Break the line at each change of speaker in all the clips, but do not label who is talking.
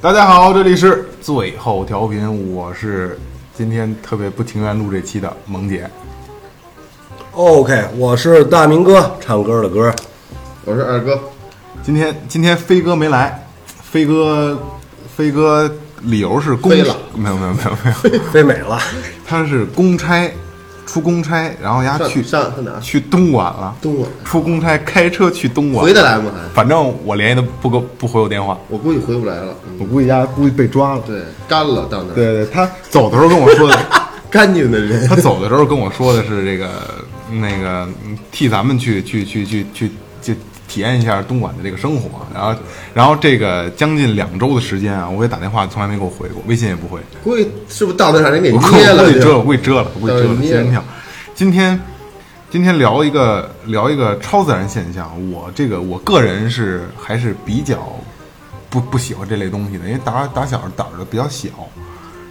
大家好，这里是最后调频，我是今天特别不情愿录这期的萌姐。
OK，我是大明哥，唱歌的歌。
我是二哥，
今天今天飞哥没来，飞哥飞哥理由是公
飞了
没有没有没有没有，
飞美了，
他是公差，出公差，然后丫
上
去
上上哪儿？
去东莞了，
东莞
出公差开车去东莞，
回得来吗？还？
反正我联系他不给我不回我电话，
我估计回不来了。嗯
我估计丫估计被抓了。
对，干了到那儿，
对对，他走的时候跟我说的。
干净的 人
他走的时候跟我说的是这个那个嗯替咱们去去去去去去体验一下东莞的这个生活，然后然后这个将近两周的时间啊，我也打电话从来没给我回过，微信也不回，
估计是不是到那儿让人给
我
捏
我
了
估计
就？
遮了，我估计遮了，我估计遮了，
嗯
仙人跳。今天今天聊一个聊一个超自然现象，我这个我个人是还是比较不不喜欢这类东西的，因为打打小胆儿的比较小。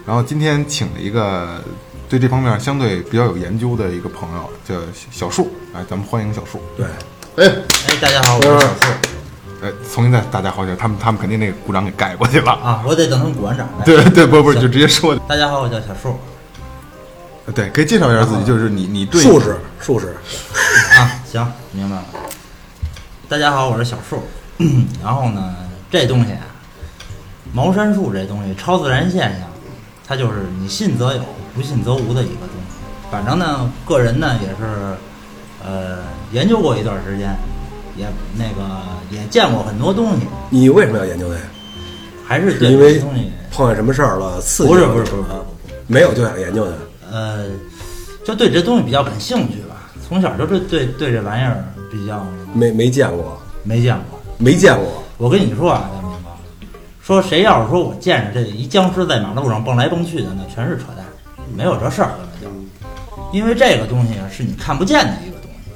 然后今天请了一个对这方面相对比较有研究的一个朋友，叫小树，哎，咱们欢迎小树。
对，
哎，
哎，大家好，我是小树
哎，重新再大家好一下，他们他们肯定那个鼓掌给盖过去了。
啊，我得等他们鼓完掌来。
对对，不不，就直接说，
大家好，我叫小 树啊
对，可以介绍一下自己，就是你你对
术士，术士，
啊，行，明白了。大家好，我是小树。 然后呢，这东西啊，茅山术这东西，超自然现象，它就是你信则有，不信则无的一个东西。反正呢，个人呢也是，呃，研究过一段时间，也那个也见过很多东西，
你为什么要研究这个？
还是
是
对
因
这
为
东西，
碰见什么事儿了？刺激
不是
了
不是不是不是
啊没有就想研究它。
呃，就对这东西比较感兴趣吧。从小就对对对这玩意儿比较
没没见过，
没见过。
没见过，
我跟你说啊，大明哥，说谁要是说我见着这一僵尸在马路上蹦来蹦去的，那全是扯淡，没有这事儿，根本就。因为这个东西啊是你看不见的一个东西，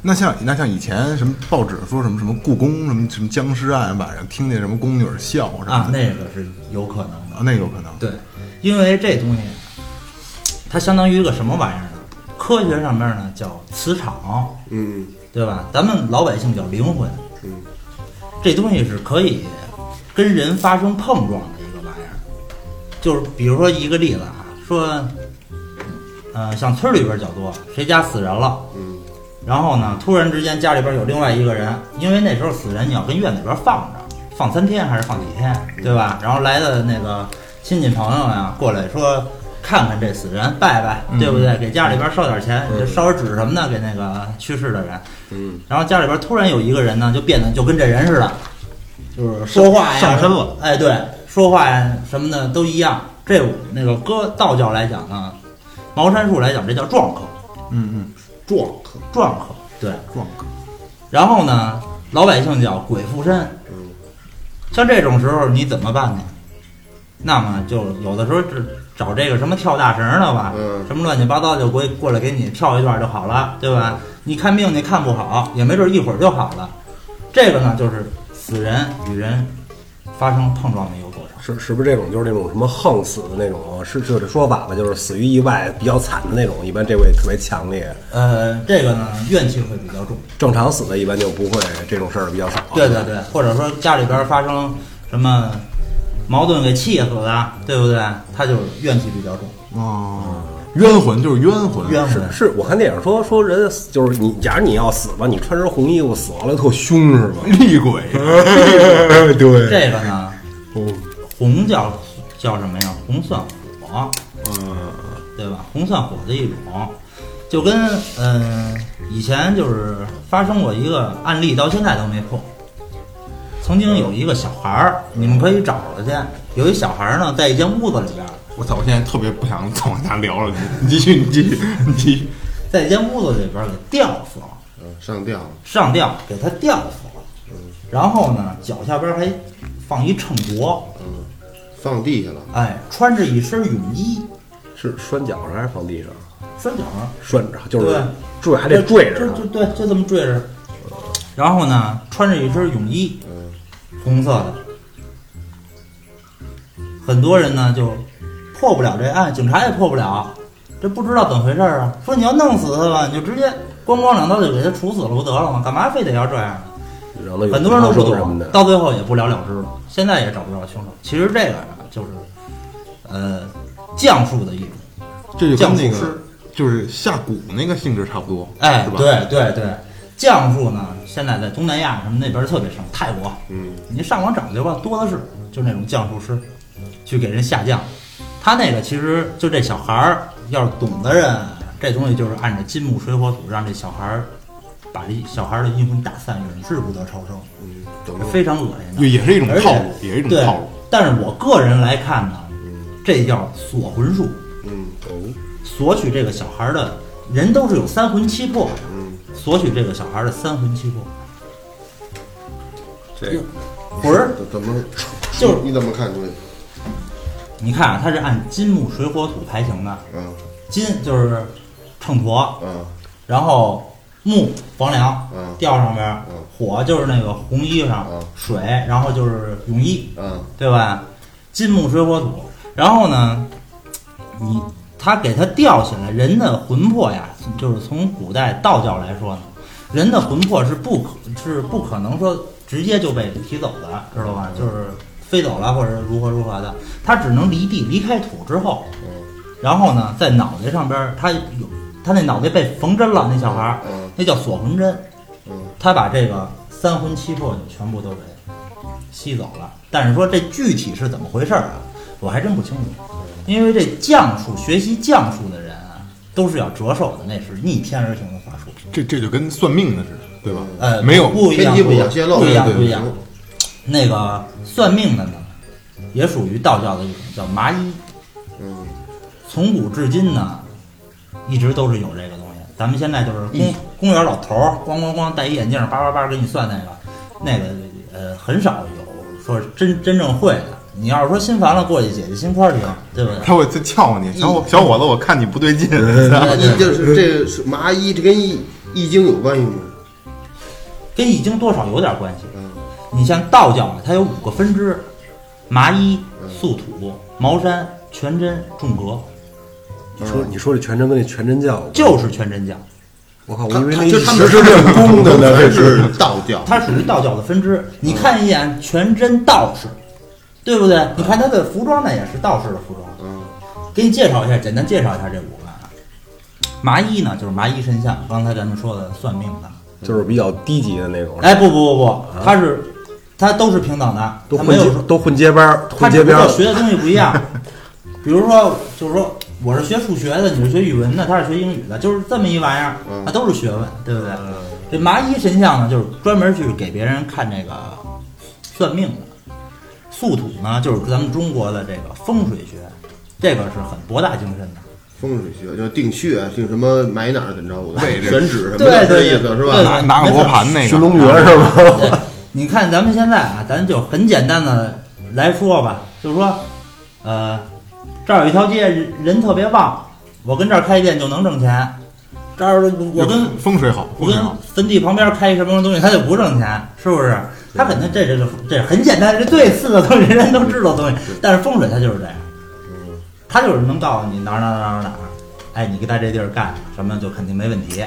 那像那像以前什么报纸说什么什么故宫什么什么僵尸案，晚上听见什么宫女儿笑什么的
啊，那个是有可能的。
啊那有可能
对，因为这东西，它相当于一个什么玩意儿呢？科学上面呢叫磁场，
嗯，
对吧？咱们老百姓叫灵魂，
嗯，
这东西是可以跟人发生碰撞的一个玩意儿。就是比如说一个例子啊，说，呃，像村里边儿较多，谁家死人了，
嗯，
然后呢，突然之间家里边有另外一个人，因为那时候死人你要跟院里边放着，放三天还是放几天，对吧？然后来的那个亲戚朋友呀、过来说看看这死人，拜拜，对不对？给家里边烧点钱，就烧点纸什么的给那个去世的人。
嗯，
然后家里边突然有一个人呢，就变得就跟这人似的，就是说话呀
上身了，
哎，对，说话呀什么的都一样。这那个搁道教来讲呢，茅山术来讲，这叫撞客。
撞客，
撞客，对，
嗯撞客。
然后呢，老百姓叫鬼附身。
嗯，
像这种时候你怎么办呢？那么就有的时候这找这个什么跳大绳的吧，
嗯
什么乱七八糟就过过来给你跳一段就好了，对吧？你看病你看不好，也没准一会儿就好了。这个呢，就是死人与人发生碰撞的一个过程。
是是不是这种就是那种什么横死的那种？是是有这说法吧？就是死于意外比较惨的那种，一般这会特别强烈。
呃，这个呢，怨气会比较重。
正常死的一般就不会这种事儿比较少。
对对对，或者说家里边发生什么矛盾给气死的，对不对？他就怨气比较重，
哦，冤魂就是冤魂，
冤
嗯是
魂。
是，我看电影说说人死就是你，假如你要死吧，你穿身红衣服死了特凶是吧？
厉鬼。哦
对，
这个呢，红叫叫什么呀？红算火，嗯，对吧？红算火的一种，就跟嗯、呃以前就是发生过一个案例，到现在都没破。曾经有一个小孩儿，你们可以找着去。有一小孩儿呢，在一间屋子里边儿，
我操！我现在特别不想再往下聊了，你继续，你继续，你继续。
在一间屋子里边儿给吊死了。
嗯，上吊了，
上吊给他吊死了，然后呢，脚下边还放一秤砣，
放地下了，
哎，穿着一身泳衣，
是拴脚上还是放地上？
拴脚上，
拴着，就是
对
坠还得坠着啊
就
呢
就。对，就这么坠着。然后呢，穿着一身泳衣，
嗯，
红色的。很多人呢就破不了这案，警察也破不了，这不知道怎么回事儿啊。说你要弄死他吧，你就直接咣咣两刀就给他处死了不得了吗？干嘛非得要这样呢？啊
让他有
很多人都不
什
懂
么的，
到最后也不了了之了，现在也找不着凶手。其实这个呀，就是呃降术的一种，
这就跟那
降术
个
师
就是下蛊那个性质差不多，
哎
是，吧？
对对对，降术呢，现在在东南亚什么那边特别盛，泰国，
嗯，
你上网找去吧，多的是，就那种降术师，去给人下降。他那个其实就这小孩儿，要是懂的人，这东西就是按着金木水火土，让这小孩儿把这小孩儿的阴魂打散，永世不得超生，
懂
是非常恶心的，
也也是一种
而且
套路也是一种
对
套路。
但是我个人来看呢，这叫锁魂术，
嗯，哦，
索取这个小孩儿的人都是有三魂七魄，
嗯
索取这个小孩儿的三魂七魄，
这个
魂儿
怎怎么
就是
你怎么看出来？
你看啊，它是按金木水火土排行的，
啊
金就是秤砣，
啊
然后木房梁
嗯
吊上边儿
嗯，
火就是那个红衣裳
嗯，
水然后就是泳衣，
啊，
对吧？金木水火土，然后呢，你他给他吊起来，人的魂魄呀，就是从古代道教来说呢，人的魂魄是不可是不可能说直接就被提走的，知
嗯
道吧？就是飞走了或者如何如何的，他只能离地离开土之后，
嗯
然后呢，在脑袋上边儿，他有他那脑袋被缝针了，那小孩儿
嗯
那叫锁魂针，
嗯
他把这个三魂七魄就全部都给吸走了。但是说这具体是怎么回事儿啊，我还真不清楚，因为这降术学习降术的人啊，都是要折寿的，那是逆天而行的法术。
这这就跟算命的似的，对吧？
呃，
没有
不一样，
天机
不一样，
不泄露
不一样，
对对
不
对
一样。那个算命的呢，也属于道教的一种，叫麻衣。
嗯，
从古至今呢，一直都是有这个东西。咱们现在就是公公园老头儿，咣咣咣戴一眼镜儿，叭叭叭给你算那个，那个呃很少有说真真正会的。你要是说心烦了，过去解解心宽儿去，对不对？
他会再撬你，小伙小伙子，我看你不啊对劲，
那你就是这个是麻衣，这跟易易经有关系吗？
跟易经多少有点关系。
嗯
你像道教啊，它有五个分支：麻衣、素土、茅山、全真、重格，
你说你说这全真跟那全真教，
就是全真教，
我靠，我
他
以为
他
那
就他们
十是练功的呢，这
这
是
是道教，
它属于道教的分支。你看一眼全真道士，对不对？你看他的服装呢，也是道士的服装。
嗯，
给你介绍一下，简单介绍一下这五个啊。麻衣呢，就是麻衣神像，刚才咱们说的算命的。
就是比较低级的那种，
哎，不不不不，他是他都是平等的，
都
他没
混
有
街
说
都混街班儿，
他
混
只
街
不
边
过
儿，
学的东西不 一样。比如说，就是说我是学数学的，你是学语文的，他是学英语的，就是这么一玩意儿，它都是学问，对不对？这麻衣神像呢，就是专门去给别人看这个算命的。素土呢，就是咱们中国的这个风水学，这个是很博大精深的。
风水学就定穴，定什么埋哪儿怎么着，我的
位置
选址什么
对嗯
的，这
对
意思是
对
吧？
拿拿个罗盘那
寻
个，啊
龙诀是吧？
对，你看咱们现在啊，咱就很简单的来说吧，就是说，呃，这儿有一条街人人特别旺，我跟这儿开店就能挣钱。这儿我跟
风水好，
我
风水
跟
好，
坟地旁边开什么什么东西，他就不挣钱，是不是？他肯定这这就这很简单，这最次的东西人都知道的东西，但是风水它就是这样，他就是能告诉你哪儿哪儿哪儿哪儿，哎，你给在这地儿干什么就肯定没问题。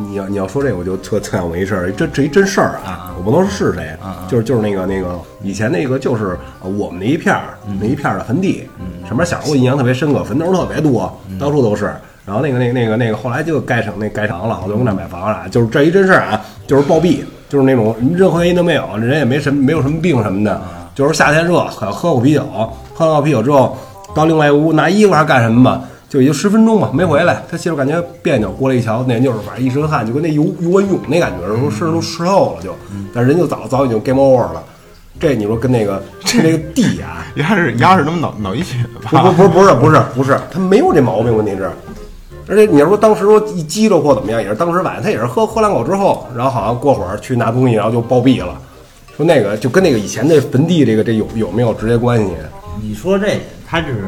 你要你要说这个，我就特特想我一事儿，这这一真事儿啊
啊，
我不能说是谁
啊啊，
就是就是那个那个以前那个就是呃我们那一片儿
嗯
那一片儿的坟地，上面小时候我印象特别深刻，坟头特别多，
嗯
到处都是。然后那个那个那个那个后来就盖成那盖房了，我就跟那买房了，就是这一真事儿啊，就是暴毙，就是那种任何原因都没有，人也没什么没有什么病什么的，
啊
就是夏天热，喝喝口啤酒，喝了口啤酒之后到另外一屋拿衣服还是干什么吧，就也就十分钟吧，没回来。他媳妇感觉别扭，过来一瞧，那人就是反正一身汗，就跟那油油温涌那感觉，说身上都湿透了就，但人就早早已经 game over 了。这你说跟那个这那个地啊，
压是压是他妈脑脑溢血
不
吧？
不不是不是不是不是，他没有这毛病，问题是。而且你要说当时说一激着或怎么样，也是当时晚上他也是喝喝两口之后，然后好像过会儿去拿东西，然后就暴毙了。说那个就跟那个以前那坟地这个这有有没有直接关系？
你说这他是，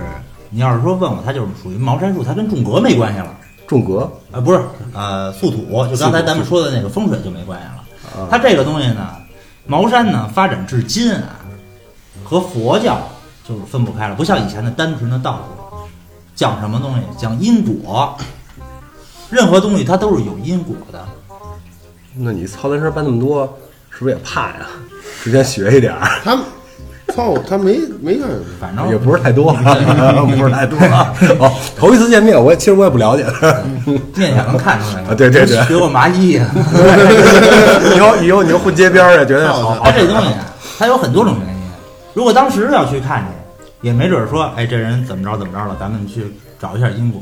你要是说问我，他就是属于茅山术，他跟重格没关系了。
重格
呃，不是，呃，素土，就刚才咱们说的那个风水就没关系了。它这个东西呢，茅山呢发展至今啊，和佛教就是分不开了，不像以前的单纯的道术，讲什么东西，讲因果，任何东西它都是有因果的。
那你操咱身搬那么多，是是不是也怕呀？之前学一点儿，
他们，操，他没没干什么。
反正
也不是太多， 不是太多。哦，头一次见面，我也其实我也不了解 他。
面相能看出来
啊对对对
学过麻衣啊。
以后以后你就混街边儿也觉得好
他
好
这东西啊，它有很多种原因。如果当时要去看去，也没准儿说，哎，这人怎么着怎么着了，咱们去找一下因果。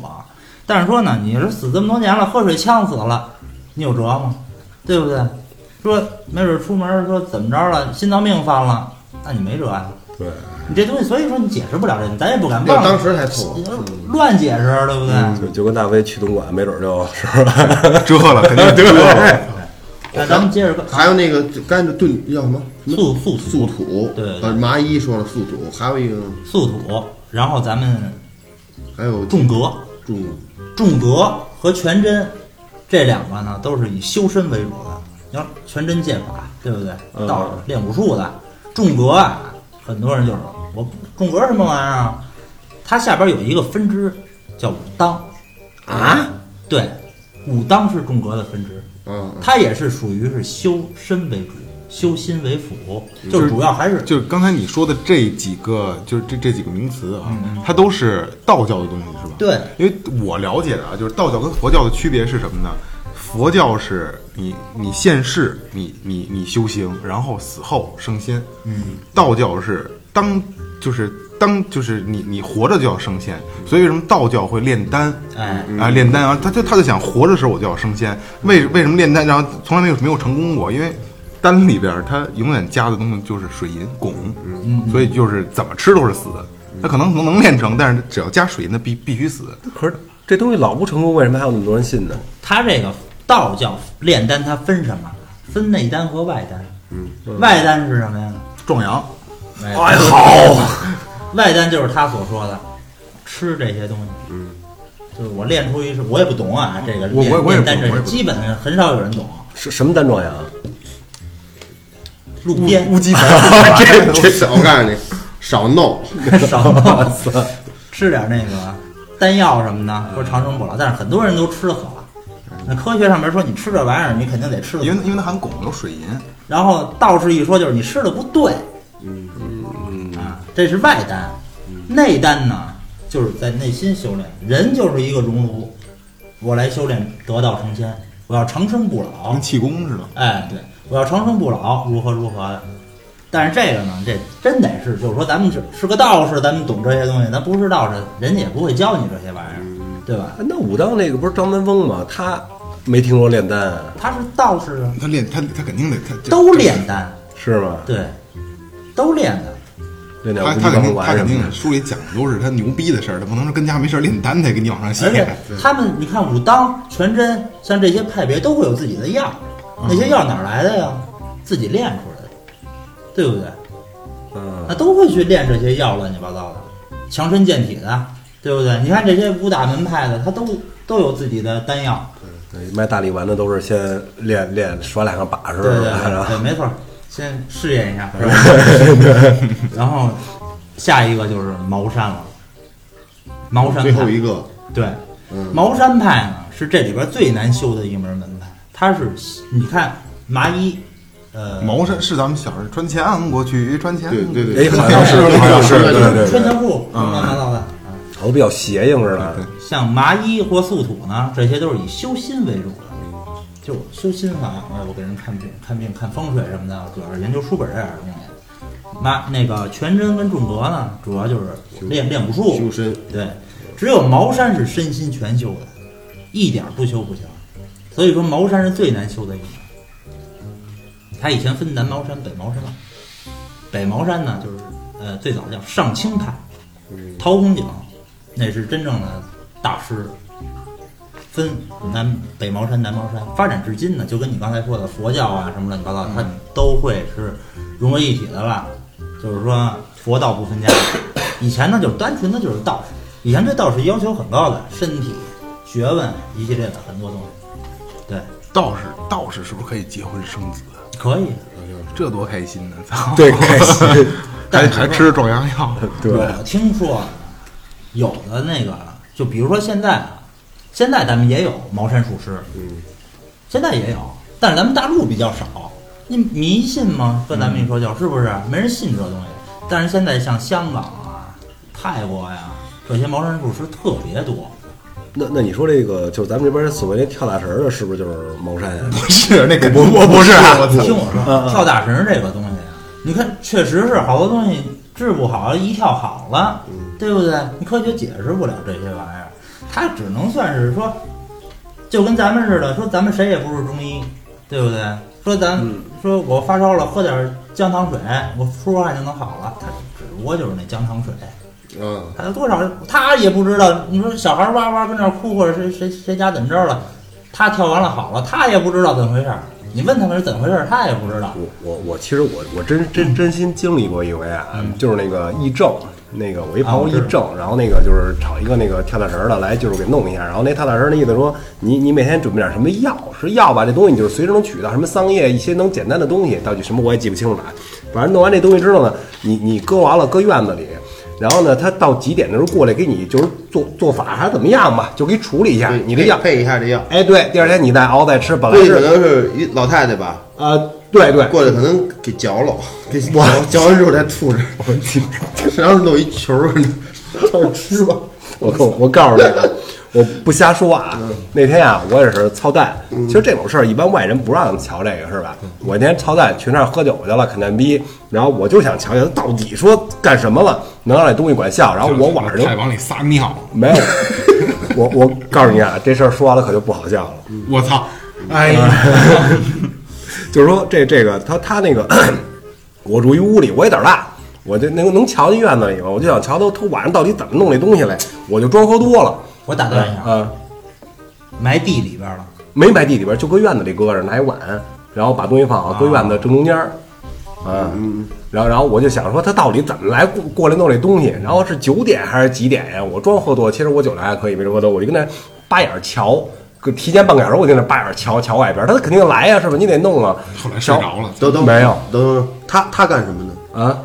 但是说呢，你是死这么多年了，喝水呛死了，你有辙吗？对不对？说没准儿出门儿说怎么着了，心脏病犯了，那你没辙呀、
对，
你这东西，所以说你解释不了这，咱也不敢
那
忘。
当时还凑合，
乱解释，对不对？
就就跟大飞去东莞，没准儿就是
折合了， 肯定折合 了。
那咱们接着啊看
还有那个甘蔗炖叫什么？
素素
素土，
对对对
呃，麻衣说了素土，还有一个
素土，然后咱们
还有
重格。
重
重格和全真这两个呢，都是以修身为主的。你要全真剑法，对不对？道士练武术的重格啊，很多人就是我重格什么玩意儿啊？它下边有一个分支叫武当，
啊
对，武当是重格的分支，
啊，
它也是属于是修身为主，修心为辅，就是主要还是
就是刚才你说的这几个，就是这这几个名词啊，它都是道教的东西，是吧？
对
因为我了解的啊，就是道教跟佛教的区别是什么呢？佛教是你你现世，你你你修行，然后死后升仙。嗯，道教是当就是当就是你你活着就要升仙，所以为什么道教会炼丹？
哎
啊，炼丹啊，他就他就想活着时候我就要升仙，为为什么炼丹？然后从来没有没有成功过，因为丹里边儿它永远加的东西就是水银汞，所以就是怎么吃都是死。它可能能能炼成，但是只要加水银，它必必须死。
可是这东西老不成功，为什么还有那么多人信呢？
它这个道教炼丹，它分什么？分内丹和外丹。嗯，外丹是什么呀？壮阳。
哎，好，
外丹就是他所说的吃这些东西。嗯，就是我练出一身，我也不懂啊，这个
我
炼
我我也
炼
不
丹
懂
这
我也
是
不
基本上很少有人懂。
什什么单壮阳啊？
路 边
乌鸡 排，
这这少我告诉你，少 弄，
少弄，吃点那个丹药什么的，说长生不老，但是很多人都吃死了。那科学上面说，你吃这玩意儿，你肯定得吃死
因为因为它含汞有水银，
然后道士一说就是你吃的不对，嗯啊，这是外丹，内丹呢就是在内心修炼，人就是一个熔炉，我来修炼得道成仙，我要长生不老
跟，气功似的。
哎，对，我要长生不老，如何如何的。但是这个呢，这真得是，就是说咱们是是个道士，咱们懂这些东西，咱不是道士，人家也不会教你这些玩意儿，对吧？
哎那武当那个不是张三丰吗？他没听说炼丹啊，
他是道士啊，
他炼他他肯定得他
都炼丹，
是吗？
对，都炼的。
炼
他他
点乌鸡
肯
膀
定
管
他
什
肯
么
定
的。
书里讲的都是他牛逼的事儿，他不能说跟家没事儿炼丹才给你往上
而且
哎
写。
他们，你看武当、全真，像这些派别都会有自己的药，那些药哪儿来的呀？自己练出来的，对不对？
嗯，
那都会去练这些药，乱七八糟的，强身健体的，对不对？你看这些武打门派的，他都都有自己的丹药，
对卖大力丸的都是先练练耍两个把式
对对
的，
对
然后
对，没错儿，先试验一下， 然后下一个就是茅山了，茅山
最后
派
一个
对，
嗯
茅山派呢是这里边最难修的一门门派，它是你看麻衣，呃，
茅山是咱们小时候穿前国去穿前
对
国
对
去，
对
哎，好像是，好像是，对对嗯对
穿墙术乱七八糟的。啊
好多比较邪性似的。
像麻衣或素土呢，这些都是以修心为主的，就修心法。哎，我给人看病、看病、看风水什么的，主要是研究书本这点东西。麻那个全真跟重格呢，主要就是练练武术、
修身，
对，只有茅山是身心全修的，一点儿不修不行。所以说茅山是最难修的一门。它以前分南茅山、北茅山，北茅山呢就是呃最早叫上清派，陶弘景那是真正的大师。分南北茅山、南茅山发展至今呢，就跟你刚才说的佛教啊什么乱七八糟，它都会是融为一体的了。就是说佛道不分家。以前呢，就是单纯的就是道士，以前对道士要求很高的，身体、学问一系列的很多东西。对，
道士道士是不是可以结婚生子？
可以。
这多开心呢！操，
对，开心。
还还吃壮阳药，
对，
我听说有的那个，啊就比如说现在啊，现在咱们也有茅山术师，嗯，现在也有，但是咱们大陆比较少。那迷信嘛，跟咱们一说就是不是没人信这东西？但是现在像香港啊、泰国呀、这些毛山术师特别多，
那那你说这个就是咱们这边所谓那跳大神儿的，是不是就是茅山啊呀？
不是那个，我我不是啊，我
你
操
听！我说，跳大神这个东西，你看确实是好多东西治不好，一跳好了，
嗯
对不对？你科学解释不了这些玩意儿，它只能算是说，就跟咱们似的，说咱们谁也不是中医，对不对？说咱、
嗯
说我发烧了，喝点姜糖水，我出出汗就能好了，它只不过就是那姜糖水。
啊，
还有多少人他也不知道。你说小孩哇哇跟那儿哭，或者谁谁谁家怎么着了，他跳完了好了，他也不知道怎么回事儿。你问他们是怎么回事儿，他也不知道。
我我我，其实我我真真真心经历过一回啊，
嗯
就是那个议政，那个我一朋
啊
哦
友
我知
议
道
政，然后那个就是找一个那个跳大神儿的来，就是给弄一下。然后那跳大神儿的意思说，你你每天准备点什么药？是药吧？这东西你就是随时能取到，什么桑叶一些能简单的东西，到底什么我也记不清楚了。反正弄完这东西之后呢，你你搁完了搁院子里。然后呢，他到几点的时候过来给你就是做做法还是怎么样吧，就给你处理一下
对
你这药。
配一下这药，
哎，对，第二天你再熬再吃，本来
对，可
是
能是一老太太吧，
呃，对对，
过来可能给嚼 了，给嚼嚼完之后再吐着，然后弄一球儿，照 吃吧。
我告我告诉你啊，我不瞎说啊。那天啊，我也是操蛋。其实这种事儿，一般外人不让瞧这个，是吧？我那天操蛋去那儿喝酒去了，啃蛋逼，然后我就想瞧瞧他到底说干什么了，能让这东西管效。然后我晚上就
太往里撒尿，
没有， 我我告诉你啊，这事儿说完了可就不好笑了。
我操！哎呀，
就是说这这个他他那个， 我住一屋里，我也胆儿大，我就能能瞧见院子里吗？我就想瞧他他晚上到底怎么弄这东西来，我就装喝多了。
我打断一下，啊
嗯。
埋地里边了，
没埋地里边，就搁院子里搁着，拿一碗，然后把东西放好，搁院子正中间儿，啊，然后然后我就想说他到底怎么来过过来弄这东西，然后是九点还是几点呀？我装喝多，其实我酒量还可以，没喝多，我就跟那扒眼儿瞧，搁提前半个小时我就跟那扒眼儿瞧瞧外边儿，他肯定来呀、是吧？你得弄啊，
后来睡着了，
等等，
没有
等等，他他干什么呢？
啊，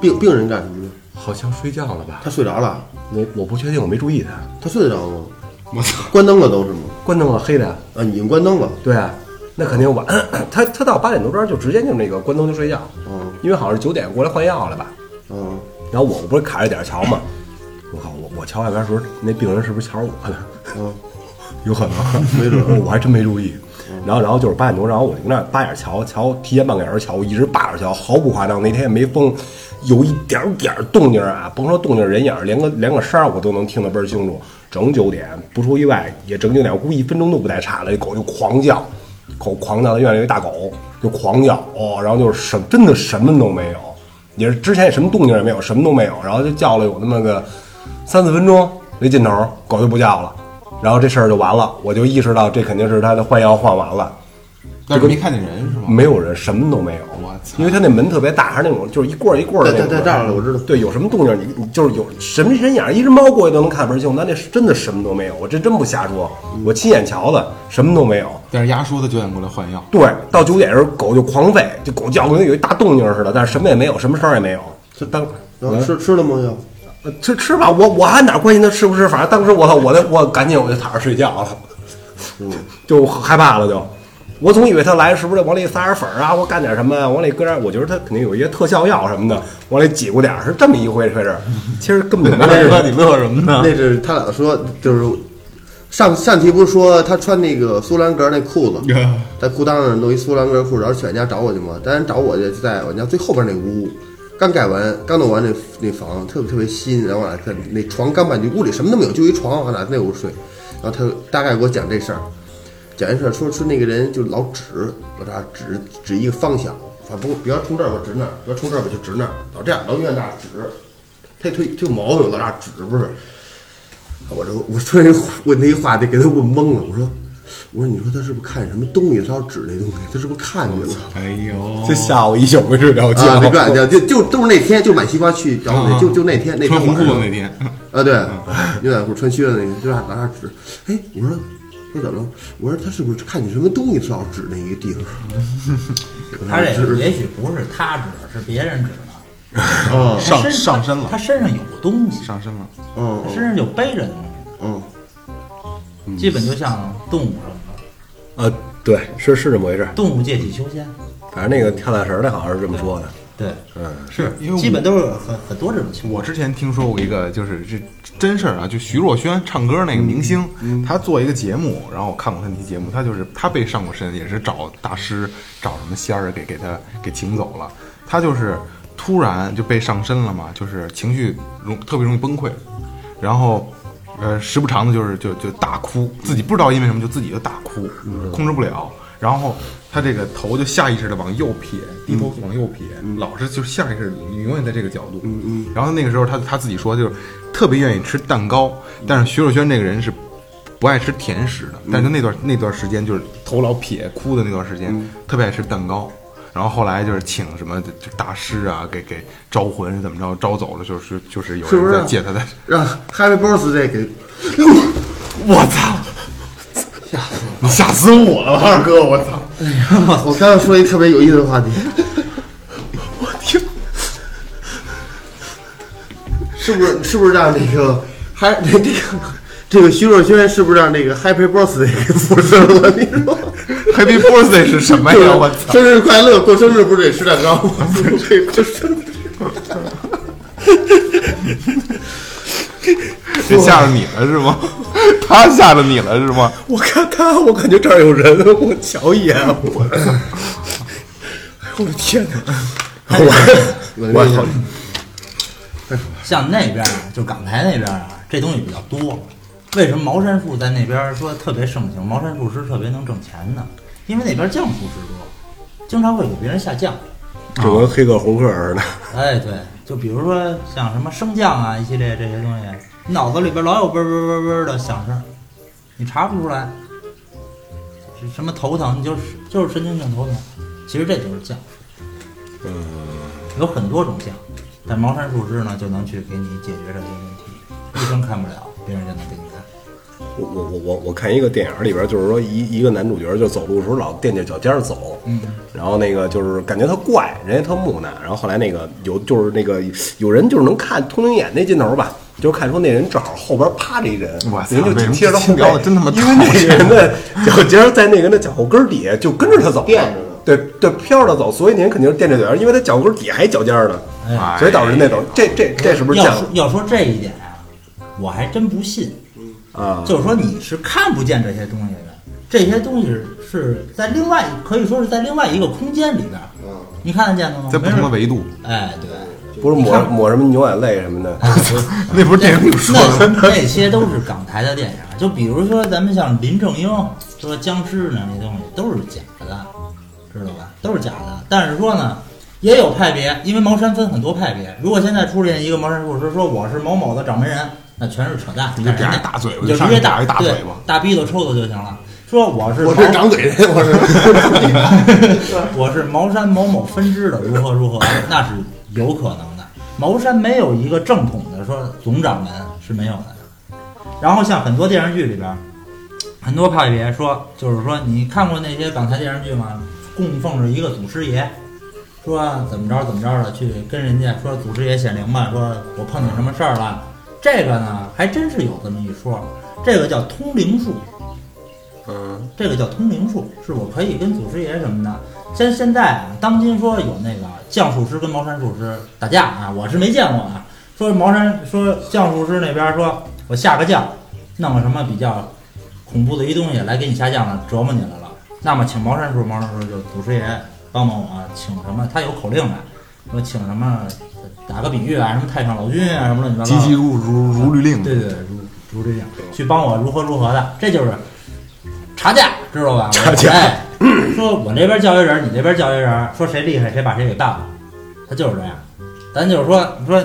病病人干什么呢？
好像睡觉了吧？
他睡着了，
我我不确定，我没注意他，
他睡得着吗？
我操！
关灯了都是吗？
关灯了，黑的呀，
啊，已经关灯了。
对啊，那肯定晚， 他他到八点多钟就直接就那个关灯就睡觉，
嗯
因为好像是九点过来换药来吧。
嗯，
然后我不是卡着点儿瞧嘛，我靠，我我瞧外边的时候，那病人是不是瞧我呢？
嗯，
有可能， 没准，我还真没注意。然后，然后就是八点多，然后我就跟那儿扒眼瞧瞧，提前半个小时瞧，我一直扒着瞧，毫不夸张，那天也没风，有一点儿点儿动静儿啊，甭说动静儿，人影儿，连个连个声儿我都能听得倍儿清楚。整九点，不出意外也整九点，我估计一分钟都不带差的。那狗就狂叫，狗狂叫，院里有一大狗就狂叫哦，然后就是什真的什么都没有，也是之前也什么动静也没有，什么都没有，然后就叫了有那么个三四分钟没劲头儿，狗就不叫了，然后这事儿就完了，我就意识到这肯定是他的换药换完了，
但是没看见人是吗？
没有人，什么都没有。
我操
因为他那门特别大，还是那种就是一棍儿一棍儿的那种。
对对对这儿了我知道
对，有什么动静儿，你你就是有什么人影儿，一只猫过去都能看倍儿清，那那是真的什么都没有，我这真不瞎说，
嗯
我亲眼瞧的，什么都没有。
但是丫说他九点过来换药，
对，到九点时候狗就狂吠，就狗叫跟有一大动静儿似的，但是什么也没有，什么声儿也没有。就当嗯
然后吃吃了吗？药？
呃吃吃吧，我我还哪关心他吃不吃？反正当时我操，我的我赶紧我就躺着睡觉了，嗯就害怕了就。我总以为他来是不是得往里撒点粉儿啊，或干点什么啊，往里搁点儿，我觉得他肯定有一些特效药什么的，往里挤过点儿，是这么一回回事儿。其实根本就 没有。
你乐什
嗯
么呢？
那是他俩说，就是上上期不是说他穿那个苏兰格那裤子，在裤裆上弄一苏兰格裤，然后去俺家找我去嘛。当然找我去，在我家最后边那屋，刚盖完，刚弄完那那房，特别特别新。然后我俩在那床刚搬进屋里什么都没有，就一床，我俩在那屋睡。然后他大概给我讲这事儿，讲这事儿说说那个人就老指，我这儿指指一个方向，反正不要冲这儿我指那儿，不要冲这儿我就指那儿，老这样老远那儿指，他他他有毛病，老这儿指不是。我这我突然问他一话，得给他问懵了。我说，我说你说他是不是看什么东西？他要指那东西，他是不是看见了？
哎呦，
这吓我一宿没睡着觉。
啊，没干掉，就就都是那天，就买西瓜去找我那，就就那天那天
啊穿红裤
晚
子
上
那嗯天，
啊，对，牛仔裤穿靴子那个，就拿拿指。哎，我说，我说怎么了？我说他是不是看见什么东西，他要指那一个地方？
他这个也许不是他指的，是别人指的。
啊，
上
他身
上身了
他身上有东西，
上身了，
嗯
他身上就背着东西，
嗯，
嗯
基本就像动物什么的，
呃啊，对，是是这么回事儿。
动物界体修仙，
反正那个跳大神儿的好像是这么说的。
对，
是因为
基
我
本都是很很多这种情况。
我之前听说过一个，就是这真事儿啊，就徐若瑄唱歌那个明星，她做一个节目，然后我看过她那期节目，她就是她被上过身，也是找大师找什么仙儿给给她给请走了，她就是突然就被上身了嘛，就是情绪容特别容易崩溃，然后。呃，时不常的就是就就大哭，自己不知道因为什么就自己就大哭，
嗯
控制不了。然后他这个头就下意识的往右撇，低头
嗯
往右撇，老是就是下意识，你永远在这个角度。嗯嗯。然后那个时候他他自己说就是特别愿意吃蛋糕，
嗯
但是徐若瑄这个人是不爱吃甜食的，但是那段那段时间就是头老撇哭的那段时间，
嗯
特别爱吃蛋糕。然后后来就是请什么就大师啊，给给招魂怎么着招走了，就是就是有
是不
人
是啊
在借他的，
让 Happy Birthday 给
我操！你吓死我了，二哥！我操！
我刚要说一特别有意思的话题，是不是是不是让那个还这这个这个徐若瑄是不是让那个 Happy Birthday 给附身了？你说
Happy birthday 是什么
就是
呀？我操！
生日快乐，过生日不是得吃蛋糕 吗？这过生日
这吓着你了是吗？ 他吓着你了是吗？
我看他，我感觉这儿有人，我瞧一眼，我， 哎我的天哪！
我操！
像那边啊，就港台那边啊，这东西比较多。为什么茅山术在那边说特别盛行？茅山术师特别能挣钱呢？因为那边降术师多，经常会给别人下降。
就跟黑客红客似的。
哎，对，就比如说像什么升降啊，一系列这些东西，你脑子里边老有嗡嗡嗡嗡的响声，你查不出来。是什么头疼，你就是就是神经性头疼，其实这就是降。嗯，有很多种降，但茅山术师呢就能去给你解决这些问题。医生看不了，别人就能给你看。
我我我我我看一个电影里边，就是说一一个男主角就走路的时候老踮着脚尖儿走，嗯，然后那个就是感觉他怪，人家特木讷，然后后来那个有就是那个有人就是能看通灵眼那镜头吧，就是看出那人正好后边趴着一人，
我操
人就紧贴着他后
为什么这期聊得，
背
真他妈
因为那
讨厌
人的脚尖儿在那个人的脚后跟儿底下就跟着他走，
垫着呢
对对，飘着走，所以您肯定是垫着脚尖儿，因为他脚跟儿底下还脚尖儿呢，
哎
所以导致那种这这这是不是
要
降
说要说这一点啊，我还真不信。
啊？
就是说你是看不见这些东西的，这些东西是在另外可以说是在另外一个空间里边儿，
嗯
你看得见的吗？
在不同的
没人
维度，
哎，对，
不是
你
抹
看
抹什么牛眼泪什么的，
那 不是电影里说
那
的吗？
那些都是港台的电影，就比如说咱们像林正英说僵尸呢那东西都是假的，知道吧？都是假的。但是说呢，也有派别，因为茅山分很多派别。如果现在出现一个茅山术师说我是某某的掌门人，那全是扯淡，
你就给他
人家
一大嘴巴
你就直
上
接
去打一大
对
嘴巴
大逼头抽他就行了。说我是
我
茅
是长嘴人， 我是。
我是茅山某某分支的，如何如何，那是有可能的。茅山没有一个正统的说总掌门是没有的。然后像很多电视剧里边，很多派别说，就是说你看过那些港台电视剧吗？供奉着一个祖师爷，说怎么着怎么着的去跟人家说祖师爷显灵吧，说我碰见什么事儿了。这个呢，还真是有这么一说，这个叫通灵术。
嗯，
这个叫通灵术，是我可以跟祖师爷什么的。像现在啊，当今说有那个降术师跟茅山术师打架啊，我是没见过啊。说茅山说降术师那边说，我下个降，弄个什么比较恐怖的一东西来给你下降了，折磨你来了。那么请茅山术，茅山术就祖师爷帮帮我，请什么？他有口令的，说请什么，打个比喻啊，什么太上老君啊，什么乱七八糟
急
的。
急如如如律令，
对对，对，如如这样，去帮我如何如何的，这就是查价，知道吧？
查价
哎，说我这边叫一人，你这边叫一人，说谁厉害谁把谁给干了，他就是这样。咱就是说，你说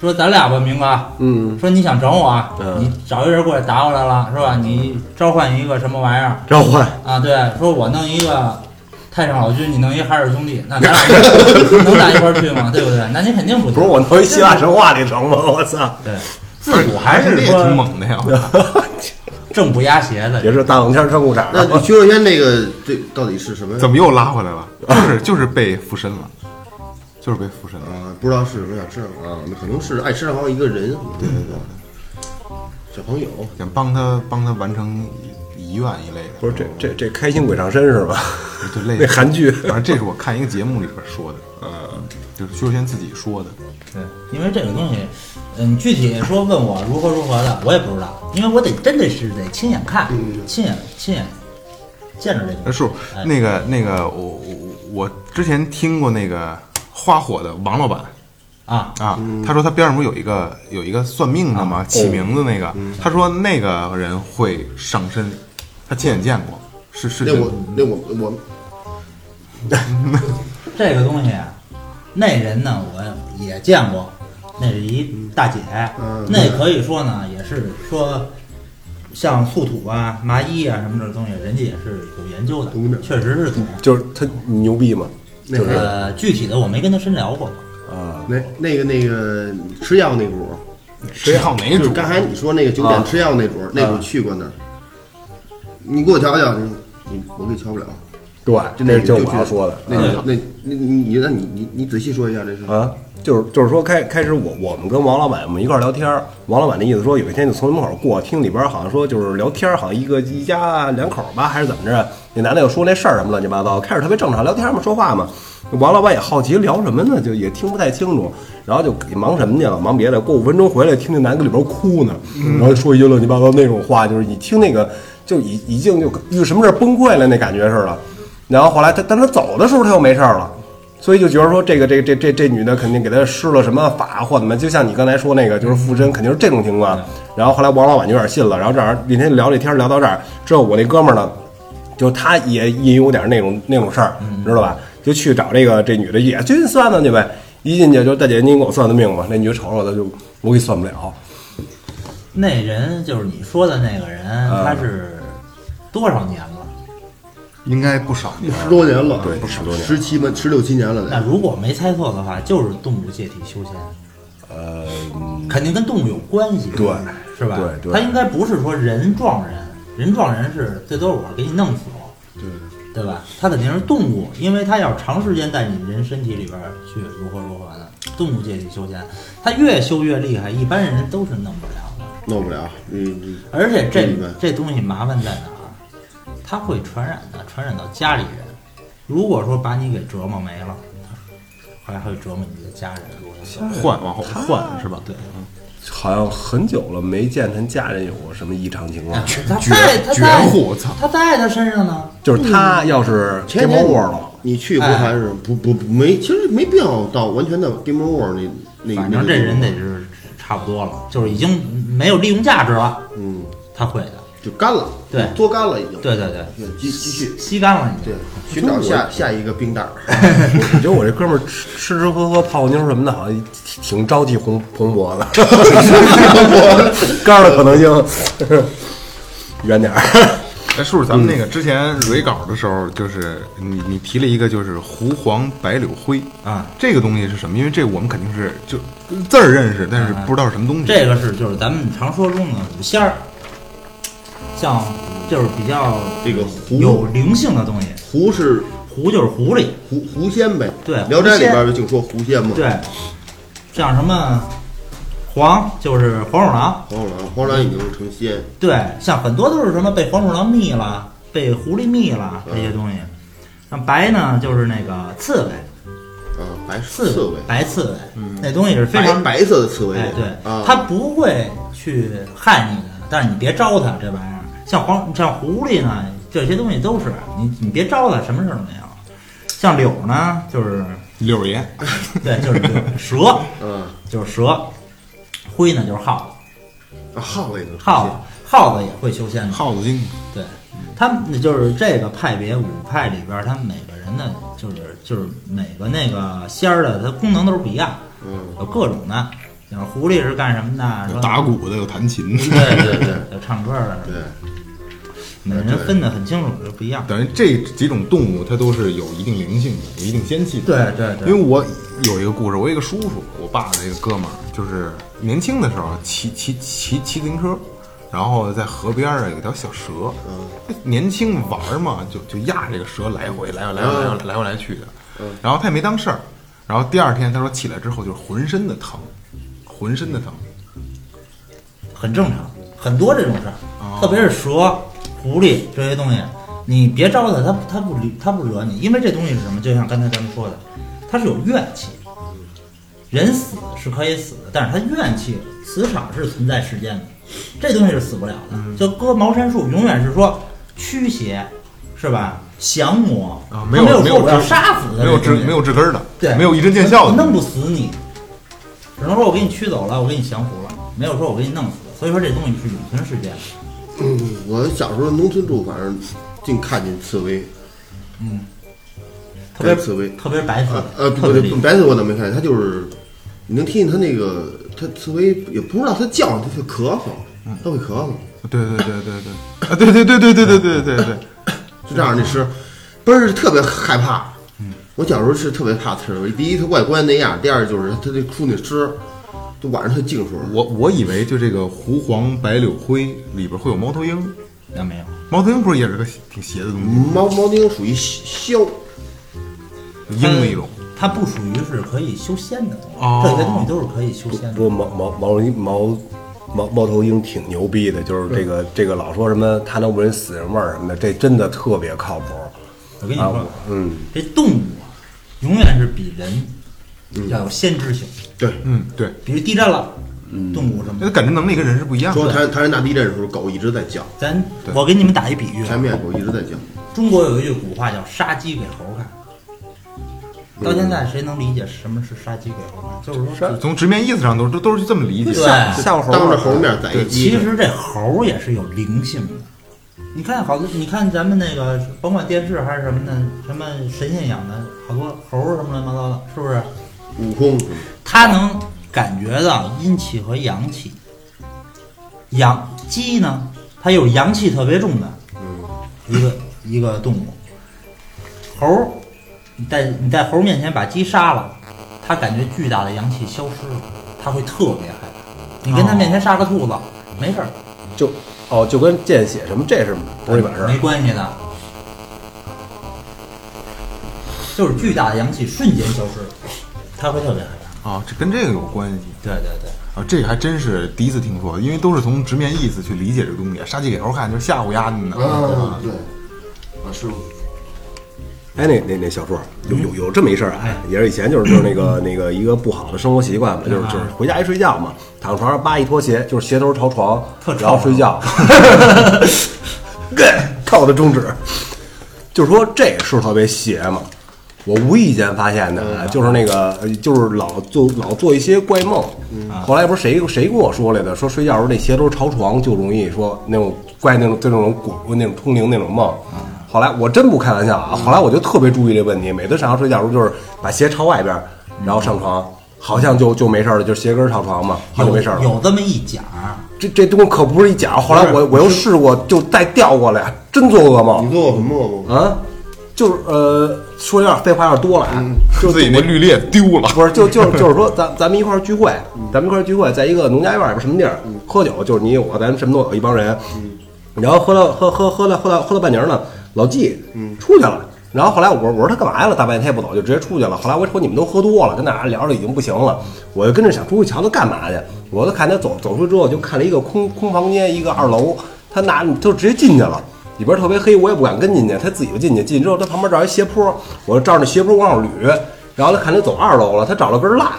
说咱俩吧，明哥，
嗯，
说你想整我啊，
嗯
你找一人过来打我来了，是吧？你召唤一个什么玩意儿
召唤。
啊？对，说我弄一个。太上老君，你弄一海尔兄弟，那 咱俩能在一块儿去吗？对不对？那你肯定不行。
不是我弄一希腊神话里 成吗？我操！
对，自
自
古
古
还
是
是
也
说
挺猛的呀！
正不压邪的，
也是大冷天穿裤衩
那你
儿，
徐若瑄那个这到底是什么？
怎么又拉回来了？就是就是被附身了，就是被附身了。
啊，不知道是什么样，吃上啊，那可能是爱吃上嗯好一个人，对对对，小朋友，
想帮他帮他完成一医院一类的，
不是这这这开心鬼上身是 吧？
就类似
那韩剧
反正这是我看一个节目里边说的，呃，就是薛之谦自己说的。
对，因为这个东西，嗯，具体说问我如何如何的，我也不知道，因为我得真的是得亲眼看，
嗯
亲眼亲眼见着这
呃，
东西。
是那个那个，我我我之前听过那个花火的王老板
啊，
啊，
嗯
他说他边上不是有一个有一个算命的
啊
吗？起名字
哦
那个，
嗯
他说那个人会上身，他亲眼见过，是是
那
真
我那我我
这个东西啊，那人呢我也见过，那是一大姐，
嗯
那可以说呢也是说。像素土啊、麻衣啊什么这东西，人家也是有研究的
懂嗯的，
确实是懂。
就是他牛逼嘛，
那个
呃，具体的我没跟他深聊过，
啊，
那那个那个吃药那主，
谁要哪
就是
主？
刚才你说那个酒
啊
店吃药那主，那
啊
主去过那儿，你给我瞧瞧，你你我给你瞧不了，
对，
就
那
那
就是我
觉
要
得
说的，
那个那那你你那你你你仔细说一下这事，
啊，就是就是说开开始我我们跟王老板我们一块儿聊天儿，王老板的意思说有一天就从门口过，听里边儿好像说就是聊天儿，好像一个一家两口儿吧还是怎么着，那男的又说那事儿什么乱七八糟，开始特别正常聊天嘛说话嘛，王老板也好奇聊什么呢，就也听不太清楚，然后就给忙什么去了，忙别的，过五分钟回来听那男的搁里边儿哭呢，然后说一句乱七八糟那种话，就是你听那个就已已经就遇什么事儿崩溃了那感觉似的，然后后来他但他走的时候他又没事儿了。所以就觉得说这个这这这这女的肯定给他施了什么法或怎么，就像你刚才说那个，就是附身，肯定是这种情
嗯
况。然后后来王老板就有点信了，然后这样那天聊这天聊到这儿之后，我那哥们儿呢，就他也也有点那种那种事儿，你
嗯
知道吧？就去找这个这女的也去算算去呗。一进去就大姐，您给我算算命吧。那女的瞅瞅他就我给算不了，
那人就是你说的那个人，他是多少年了？
应该不少年。
十多年了，
对十多年
十七嘛十六七年了
那
得，
如果没猜错的话，就是动物借体修仙，
呃，
肯定跟动物有关系，
对
是吧？
对对
他应该不是说人撞人，人撞人是最多我给你弄死我，对对吧？他肯定是动物，因为他要长时间在你人身体里边去如何如何的，动物借体修仙，他越修越厉害，一般人都是弄不了的。
弄不了，嗯嗯，
而且这
明白
这东西麻烦在哪儿？它会传染的，传染到家里人。如果说把你给折磨没了，它还会折磨你的家人。如果有
啊
换往后换是吧？
对，
好像很久了没见他家人有过什么异常情
啊
况。
他
绝
在他
绝
在
户，我操！
他在他身上呢。
就是他要是 g a
前
m
天
over 了，
你去不
哎
还是不不不没，其实没必要到完全的 game over 那那
反正这人得是差不多了，就是已经没有利用价值了。
嗯
他会的，
就干了，
对
做干了已经，
对对对，
对，继继续
吸干了已
对
经。，
寻找下下一个冰袋儿。
哎
你 觉得我这哥们儿吃吃吃喝喝泡妞什么的，好像挺挺朝气蓬蓬勃的，干儿的可能性 远点儿。
哎，叔叔，咱
嗯
们那个之前蕊稿的时候，就是你你提了一个，就是狐黄白柳灰
啊，
这个东西是什么？因为这我们肯定是就字儿认识，但是不知道是什么东西。
这个是就是咱们常说中的五仙儿，像就是比较
这个狐
有灵性的东西。
狐是
狐就是狐狸，
狐狐仙呗，
对
《聊斋》里边儿不就说狐仙嘛，
对，像什么黄就是黄鼠狼，
黄鼠狼，黄鼠狼已经成仙，
对，像很多都是什么被黄鼠狼蜜了，被狐狸蜜了
嗯
这些东西。像白呢，就是那个刺猬，
啊，白
刺
刺猬，嗯
白刺猬，那东西是嗯非
白
常，
白色的刺猬
哎，，对，
啊，
它不会去害你的，但是你别招它这玩意儿。像黄像狐狸呢，这些东西都是你你别招它，什么事儿都没有。像柳呢，就是
柳 儿爷，
对，就是就是蛇，
嗯，啊
就是蛇；灰呢，就是耗子。
耗子也能成仙
耗子，耗子也会修仙的。
耗子精，
对，他们就是这个派别五派里边儿，他们每个人的就是就是每个那个仙儿的，它功能都是不一样，
嗯，
有各种的。像狐狸是干什么的？
有
说
打鼓的，有弹琴的。
对对对，有唱歌的，
对，
每个人分得很清楚，就不一样。
等于这几种动物，它都是有一定灵性的，有一定仙气的。
对对对
因为我有一个故事，我有一个叔叔，我爸的一个哥们儿，就是年轻的时候骑骑骑骑自行车，然后在河边儿啊有条小蛇，年轻玩儿嘛，就就压这个蛇来回来回来回来回来回来去的，然后他也没当事儿，然后第二天他说起来之后就是浑身的疼，浑身的疼，哦
很正常，很多这种事儿，特别是蛇、狐狸这些东西，你别招它，它它不理它不惹你，因为这东西是什么？就像刚才咱们说的，它是有怨气。人死是可以死的，但是它怨气磁场是存在时间的，这东西是死不了的。
嗯
就搁茅山术，永远是说驱邪，是吧？降魔
啊
它
没有
有
没
说
有
我要
治
杀死它，
没有治没有治根儿的，
对，
没有一针见效
我弄
的。
不死你，只能说我给你驱走了，我给你降服了，没有说我给你弄死。所以说这东西是永存时间的。
嗯，我小时候农村住，反正净看见刺猬，
特别
跟刺猬
特别白色
呃呃，
的，嗯特
不
别
对
厉，害
白色我倒没看见，它就是你能听见它那个它刺猬也不知道它叫，它会咳嗽，
嗯
它会咳嗽，
对对对对对，啊对对对对对对对对对，
就这样那声，倍儿特别害怕。
嗯
我小时候是特别怕刺猬，第一它外观那样，第二就是它这出那声儿，就晚上它净水。
我我以为就这个狐黄白柳灰里边会有猫头鹰，
那没有，
猫头鹰不是也是个挺邪的东西吗，
猫猫丁属于枭，
鹰的一种。
它不属于是可以修仙的东西，
哦
这些东西都是可以修仙的。
不毛毛毛毛毛猫头鹰挺牛逼的，就是这个这个老说什么它能闻死人味儿什么的，这真的特别靠谱。
我跟你说
啊，嗯，
这动物啊永远是比
嗯
人要有先知性，
对，
嗯，对，
比如地震了，
嗯
动物什
那
么
个，感知能力跟人是不一样
说
的。
唐唐山大地震的时候，狗一直在叫，
咱
对
我给你们打一比喻啊，
前面狗一直在叫。
中国有一句古话叫“杀鸡给猴看”，到现在谁能理解什么是杀鸡给猴看？就是说，
从直面意思上都都都是这么理解。
对，
吓唬猴
当着
儿
猴面宰一鸡，
其实这猴也是有灵性的。你看好多，你看咱们那个，甭管电视还是什么的，什么神仙养的，好多猴儿什么乱七八糟的，是不是？
悟空
它能感觉到阴气和阳气。阳鸡呢，它有阳气特别重的，
嗯
一个一个动物。猴儿，你在你在猴儿面前把鸡杀了，它感觉巨大的阳气消失了，它会特别害怕。你跟它面前杀个兔子，没事儿，
哦就哦，就跟见血什么，这是不是一码事
没
儿？
关系的。就是巨大的阳气瞬间消失了，它会特别害怕。
啊，这跟这个有关系
对对对。
啊，这个还真是第一次听说，因为都是从直面意思去理解这个东西。杀鸡给猴看就是吓唬丫的呢，嗯对吧
啊，对，啊是，
哎，那那那小硕有有有这么一事儿，哎，也是以前就是就是那个那个一个不好的生活习惯嘛，就是就是回家一睡觉嘛，躺床上扒一拖鞋，就是鞋头朝床
特，臭
然后睡觉， 看我的中指，就是说这是特别邪嘛。我无意间发现的，就是那个，呃就是老做老做一些怪梦。后来不是谁谁跟我说来的，说睡觉时候那鞋头朝床就容易说那种怪那种就那种鬼那种通灵那种梦。后来我真不开玩笑啊，后来我就特别注意这问题，每次上床睡觉的时候就是把鞋朝外边，然后上床，好像就就没事儿了，就是鞋跟朝床嘛，好像就没事儿了。
有这么一讲儿，
这这东西可不是一假，后来我我又试过，就再调过来，真做噩梦
你做过什么梦吗？
啊！就是呃，说有点废话有点多了啊，就
嗯自己那绿列丢了。
不 是就就是就是说，咱咱们一块儿聚会，咱们一块儿聚会，在一个农家院儿也不是什么地儿
嗯
喝酒，就是你我咱们什么都有一帮人，然后喝了喝喝喝了喝了喝了半截儿呢，老纪
嗯
出去了。然后后来我我说他干嘛呀了？大半天也不走，就直接出去了。后来我瞅你们都喝多了，跟那儿聊着已经不行了，我就跟着想出去瞧他干嘛去。我就看他走走出去之后，就看了一个空空房间，一个二楼，他拿就直接进去了。里边特别黑，我也不敢跟进去，他自己就进去。进去之后，他旁边这儿一斜坡，我就照着那斜坡往上捋。然后他看他走二楼了，他找了根蜡，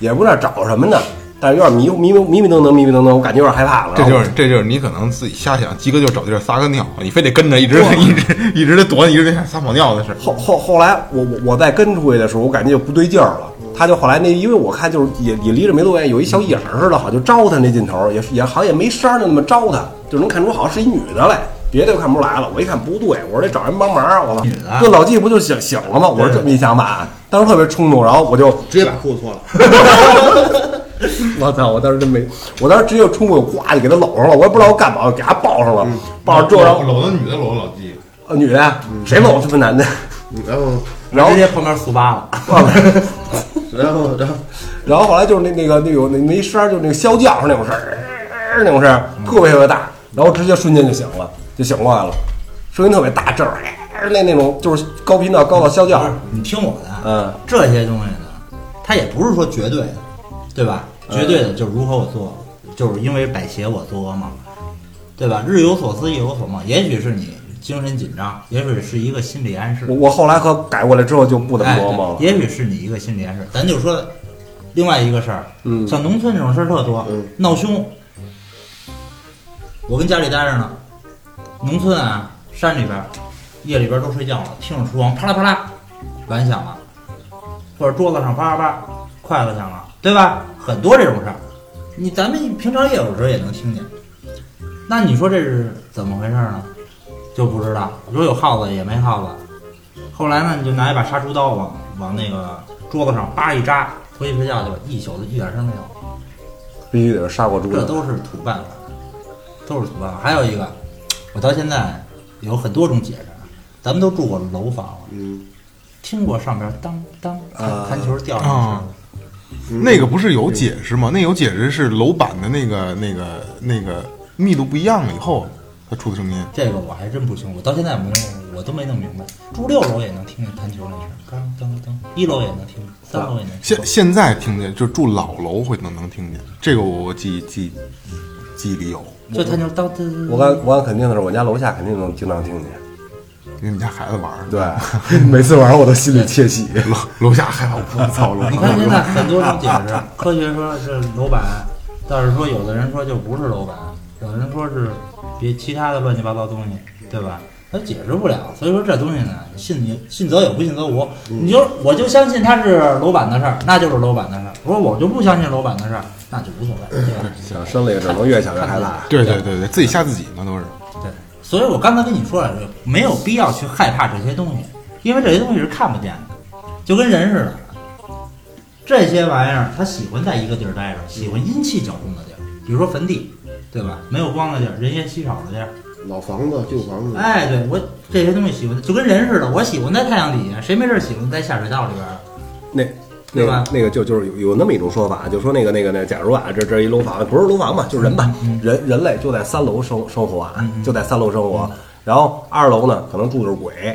也不知道找什么呢，但是有点迷迷迷迷瞪瞪，迷迷瞪瞪，我感觉有点害怕了。
这就是这就是你可能自己瞎想，鸡哥就找地儿撒个尿，你非得跟着一直一直一直得躲，一直得撒泡尿的事儿。
后后后来我我我再跟出去的时候，我感觉就不对劲儿了。他就后来那，因为我看就是也也离着没多远，有一小影儿似的，好像就招他那劲头，也是也好像也没声儿，就那么招他，就能看出好像是一女的来，别的就看不出来了。我一看不对，我说得找人帮忙啊，我操
女的，
这老纪不就醒醒了吗？我是这么一想法，当时特别冲动，然后我就
直接把裤子 脱了，
我操！我当时真没，我当时直接冲过去，呱就给他搂上了，我也不知道我干嘛，我给他抱上了，抱上之后，然后
搂的女的搂的老鸡，
呃女的谁搂他妈男的，
然后
然后
直接碰到速八了，
然后然后
然后后来就是那那个那有那没声儿，就是那个啸叫声那种声儿，呃那种声儿特别特别大，然后直接瞬间就醒了，就醒过来了，声音特别大，这儿哎那那种就是高频道高到啸
不
叫
是，你听我的，
嗯，
这些东西呢，它也不是说绝对的，对吧？绝对的就是如何我做，就是因为摆鞋我做噩梦，对吧？日有所思，夜有所梦，也许是你精神紧张，也许是一个心理暗示
我，我后来可改过来之后就不怎么
哎
琢磨了。
也许是你一个心理暗示。咱就说另外一个事儿，
嗯
像农村这种事儿特多，闹凶。我跟家里待着呢，农村啊，山里边儿，夜里边儿都睡觉了，听着厨房啪啦啪啦，碗响了，或者桌子上啪啪啪，筷子响了，对吧？很多这种事儿，你咱们平常也有时候也能听见。那你说这是怎么回事呢？就不知道。你说有耗子也没耗子，后来呢，你就拿一把杀猪刀往往那个桌子上叭一扎，回去睡觉去吧，一宿的一点声没有。
必须得是杀过猪
这
的，
都是土办法，都是土办法。还有一个，我到现在有很多种解释。啊咱们都住过楼房了，
嗯，
听过上边当当
啊
弹弹球掉下来的声音，
那个不是有解释吗？那有解释是楼板的那个、那个、那个密度不一样了以后，它出的声音。
这个我还真不清，我到现在没我都没弄明白。住六楼也能听见弹球那声，当当当；一楼也能听，三楼也能听
现。现在听见，就住老楼会能能听见，这个我记记记忆里有，
就弹球当当。
我敢我敢肯定的是，我家楼下肯定能经常听见。
因为你家孩子玩儿，
对，每次晚上我都心里窃喜。
楼楼下害怕我操楼
你看现在很多种解释，科学说是楼板，但是说有的人说就不是楼板，有的人说是别其他的乱七八糟东西，对吧？他解释不了，所以说这东西呢，信你信则有，不信则无。你就我就相信它是楼板的事儿，那就是楼板的事儿；如果我就不相信楼板的事儿，那就无所谓，对吧？
想生了也只能越想越害怕。
对对对对，自己吓自己嘛都是。
对，所以我刚才跟你说了，没有必要去害怕这些东西，因为这些东西是看不见的，就跟人似的。这些玩意儿，他喜欢在一个地儿待着，喜欢阴气较重的地儿，比如说坟地，对吧？没有光的地儿，人烟稀少的地儿。
老房子、旧房子，
哎，对我这些东西喜欢，就跟人似的，我喜欢在太阳底下，谁没事儿喜欢在下水道里边儿？
那那
对吧
个那个就就是有有那么一种说法，就说那个那个那，假如啊，这这一楼房不是楼房吧，就是人吧，
嗯
人人类就在三楼生生活啊，就在三楼生
嗯
活。然后二楼呢，可能住的是鬼；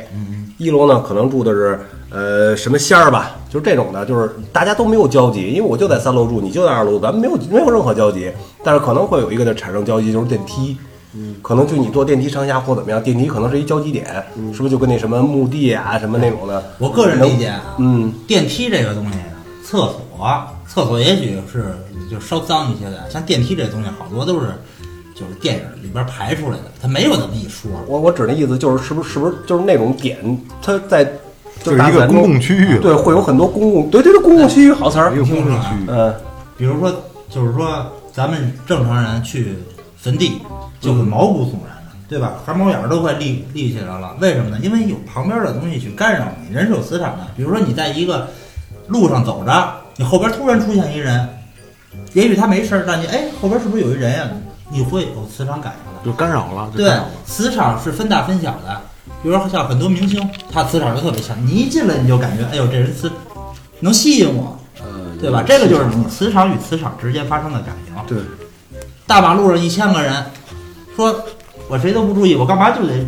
一楼呢，可能住的是呃什么仙儿吧，就是这种的，就是大家都没有交集，因为我就在三楼住，你就在二楼，咱们没有没有任何交集。但是可能会有一个的产生交集，就是电梯。
嗯
可能就你坐电梯上下或怎么样，电梯可能是一交集点，是不是就跟那什么墓地啊什么那种的？
嗯我个人理解啊，
嗯，
电梯这个东西，厕所，厕所也许是就稍脏一些的，像电梯这东西，好多都是就是电影里边排出来的，它没有那么一说。
我我指那意思就是，是不是是不是就是那种点，它在
就是
大
一个
自然
公
中
共区域
对，会有很多公共，对对对，公共区域好词儿
一，个公共区域，
嗯，
比如说，就是说咱们正常人去坟地就会毛骨悚然的，对吧？汗毛眼儿都快立立起来了，为什么呢？因为有旁边的东西去干扰你，人是有磁场的。比如说你在一个路上走着，你后边突然出现一人，也许他没事儿，但你哎后边是不是有一人呀、你会有磁场感应的。
就干扰了，就
对
干扰了。，
磁场是分大分小的。比如说像很多明星，他磁场就特别强，你一进来你就感觉，哎呦，这人磁能吸引我，
呃
对吧？这个就是你磁场与磁场之间发生的感应。
对，
大马路上一千个人，说我谁都不注意，我干嘛就得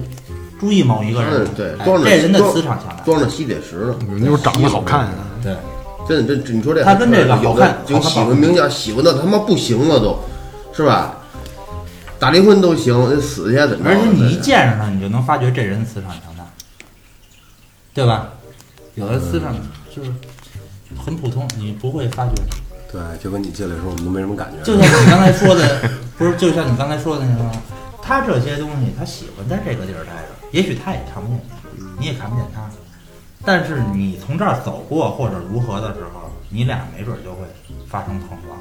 注意某一个人
嗯？对
哎
光着
这人的
光
磁场强大。
装着吸铁石呢。
你就是长得好看啊，
对，
真的，这你说这
他跟这个好
有
看
的就喜欢名将，喜欢的他妈不行了都，是吧？打离婚都行，那死去怎么着？
而且你一见着他，你就能发觉这人磁场强大，对吧？有的磁场就是很普通，你不会发觉。
对，就跟你进来的时候我们都没什么感觉，
就像你刚才说的，不是，就像你刚才说的那样，啊他这些东西，他喜欢在这个地儿待着，也许他也看不见你，你也看不见他，但是你从这儿走过或者如何的时候，你俩没准就会发生碰撞。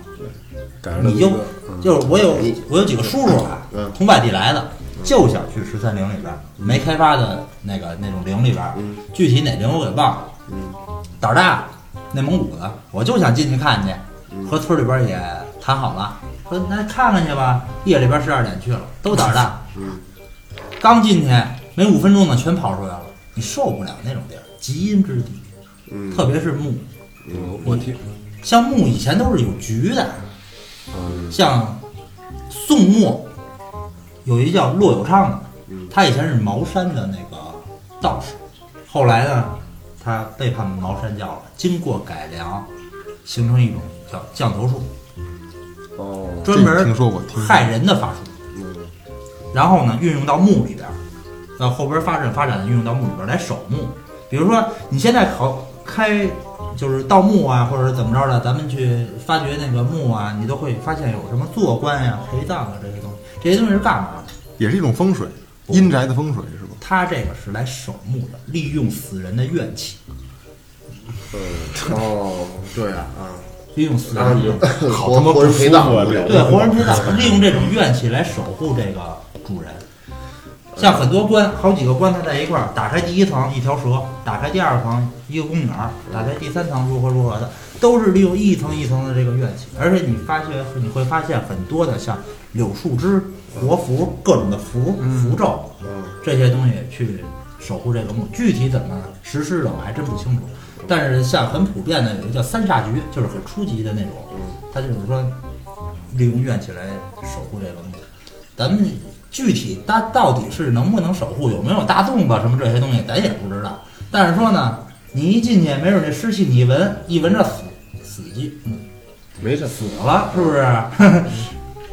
感觉到
你就
一个
就是我有我有几个叔叔啊
嗯，
从外地来的，就想去十三陵里边儿没开发的那个那种陵里边儿，具体哪陵我给忘了。胆儿大，内蒙古的，我就想进去看去，和村里边儿也谈好了，说那看看去吧。夜里边十二点去了，都胆儿大。刚进去没五分钟呢，全跑出来了，你受不了那种地儿，极阴之地，特别是墓。
我我听
像墓以前都是有局的，啊像宋墓有一叫骆有昌的，他以前是茅山的那个道士，后来呢，他背叛茅山教了，经过改良，形成一种叫降头术，
哦，
专门
听说过听说过
害人的法术。然后呢运用到墓里边儿，呃后边发展发展运用到墓里边儿来守墓。比如说你现在考开就是盗墓啊，或者是怎么着的，咱们去发掘那个墓啊，你都会发现有什么做官呀、陪葬啊这些东西，这些东西是干嘛的？
也是一种风水，阴宅的风水是吧？
他这个是来守墓的，利用死人的怨气，
哦，对啊，啊，
利用死
然后
人
你
的
就
怨
好
活
他妈
活人陪
不
葬
舒服啊
不了
这
对活人陪葬，利用这种怨气来守护这个主人。像很多棺，好几个棺它在一块儿，打开第一层一条蛇，打开第二层一个公园儿，打开第三层如何如何的，都是利用一层一层的这个怨气。而且你发现你会发现很多的像柳树枝、活符、各种的符符咒，这些东西去守护这个墓。具体怎么实施的我还真不清楚，但是像很普遍的有一个叫三煞局，就是很初级的那种，它就是说利用怨气来守护这个墓。咱们具体它到底是能不能守护，有没有大动作什么这些东西，咱也不知道。但是说呢，你一进去，没准这尸气你一闻，一闻着死死气，嗯
没事，
死了，是不是？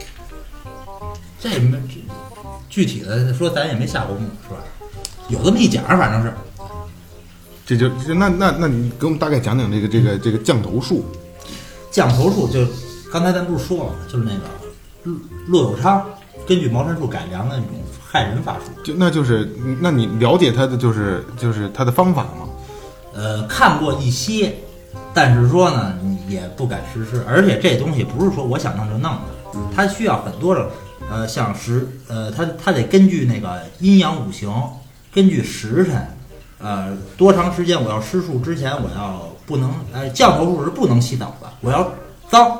这没这具体的说，咱也没下过墓，是吧？有这么一讲，反正是
这就这那那那你给我们大概讲讲这个这个这个降头术，
降头术就刚才咱不是说了吗，就是那个骆骆有昌根据茅山术改良的那种害人法术。
就那就是那你了解他的就是就是他的方法吗？
呃，看过一些，但是说呢，你也不敢实施，而且这东西不是说我想弄就弄
嗯
的，它需要很多的，呃，像时，呃，它它得根据那个阴阳五行，根据时辰，呃，多长时间我要施术之前，我要不能，呃，降头术是不能洗澡的，我要脏，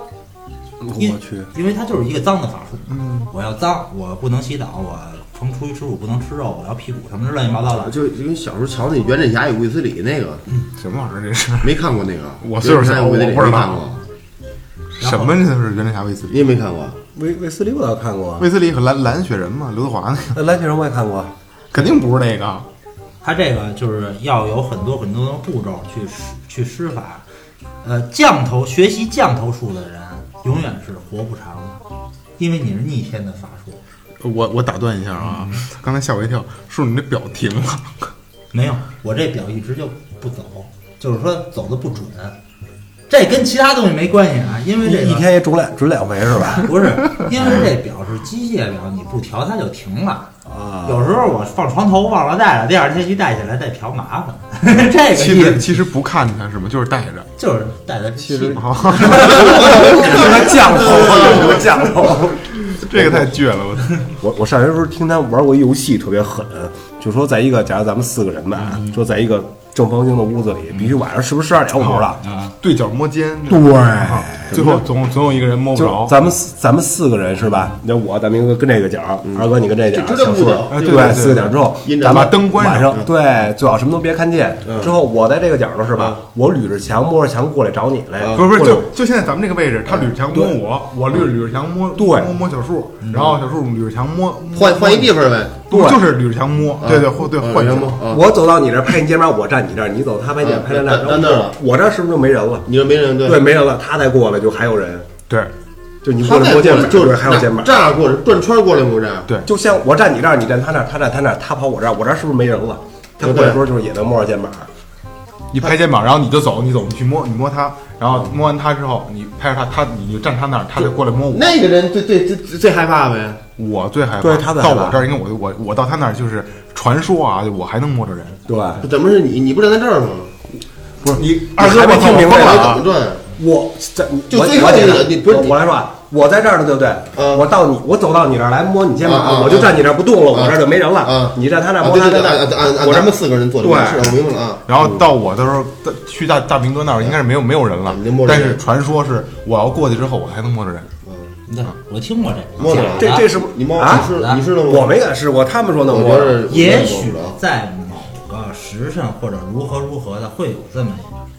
因
我去，
因为它就是一个脏的法术，嗯，我要脏，我不能洗澡，我从初一吃五不能吃肉，我要辟谷什么之乱七八糟的，
啊就因为小时候瞧那《袁振侠与卫斯理》那个，
什么玩意儿这是？
没看过那个，
我岁数
袁振
小
侠与卫斯理
我不知
没
道
看过，
什么这是袁振侠卫斯
你
理？
也没看过，
卫卫斯理我倒看过，
卫斯理和蓝蓝雪人嘛，刘德华那个
那呃蓝雪人我也看过，
肯定不是那个。啊
它这个就是要有很多很多的步骤去施去施法。呃，降头学习降头术的人永远是活不长的，因为你是逆天的法术。
我我打断一下啊，刚才吓我一跳，叔你这表停了，
没有，我这表一直就不走，就是说走的不准。这跟其他东西没关系啊，因为这个
一一天也准两准两回是 吧？
不是，因为这表是机械表，你不调它就停了。
啊
有时候我放床头忘了带了，第二天一带起来再调麻烦。 这个
其
意
实
思
其实不看他是吗？就是带着。哦
就是带的其实
什么降头，啊 有什么降头？
这个太倔了，我操！
我我上学时候听他玩过一游戏，特别狠，就说在一个，假如咱们四个人吧，说在一个正方形的屋子里，必须晚上是不是十二点我不知道，
对角摸肩，
对
最后总总有一个人摸不
啊就
着。
咱们四咱们四个人是吧？你看我，大明哥跟这个角，二哥你跟这角，
这这
小四
不得
嗯哎对对
对，
对
四个角之后
阴，着
咱们
把灯关上嗯
晚上对，最好什么都别看见。之后我在这个角儿了是吧？我捋着墙摸着墙过来找你来，
不是不是，
过来
就就现在咱们这个位置，他捋着墙摸我，我捋着捋着墙摸，
对
摸摸小树，然后小树捋着墙摸，摸
换换一地，方呗，
摸
对
就是捋着墙摸，对对或对
嗯
换
袁
墙
吗？啊，
我走到你这儿拍你肩膀，我站你这儿，你走他拍
嗯
肩拍他那
站站那儿了
儿，我这儿是不是就没人了？
你说没人对
对，没人了，他再过来就还有人，
对
就你
他
过来
再
摸
过
肩
来
膀，
就
对
是
还有肩膀
这。样过来转圈过来不这样？
对
就像我站你这儿，你站他那儿，他站他那儿，他跑我这儿，我这儿是不是没人了？他过来的时候就是也能摸着肩膀，
你拍肩膀，然后你就走，你走，你去摸，你摸他，然后摸完他之后，你拍着他，他你就站他那儿，他就过来摸我。
那个人最最最最害怕呗，
我最害怕，
对他最
到
害怕
我这儿，因为我我我到他那儿就是传说啊，就我还能摸着人。
对。
怎么是你？你不站在这儿吗？
不是你
二
二
哥
哥，
我
我
操
操，我疯了
我疯了啊
我怎
我这
么转？
你
就
我
最后
我
那个
得
你不是
我
你
我来说啊，我在这儿呢，对不对？
嗯
我到你，我走到你这儿来摸你肩
嗯嗯嗯
膀，我就站你这儿不动了，我这儿就没人
嗯
了。你站他那儿
啊，
摸
对
他
对
那儿
对，按按按
我这
咱们四个人坐着，
对
是我明白了啊。
然后到我的时候，到去大大明哥那儿应该是没有没有人了
已经摸，着
但
人
是传说是我要过去之后，我才能摸着人。
那我听过这个，
摸
假
着
的
这这是不
你摸，
啊
你？是你是那
我没敢试过，他们说能
我
摸
觉。得
也许在某个时辰或者如何如何的会有这么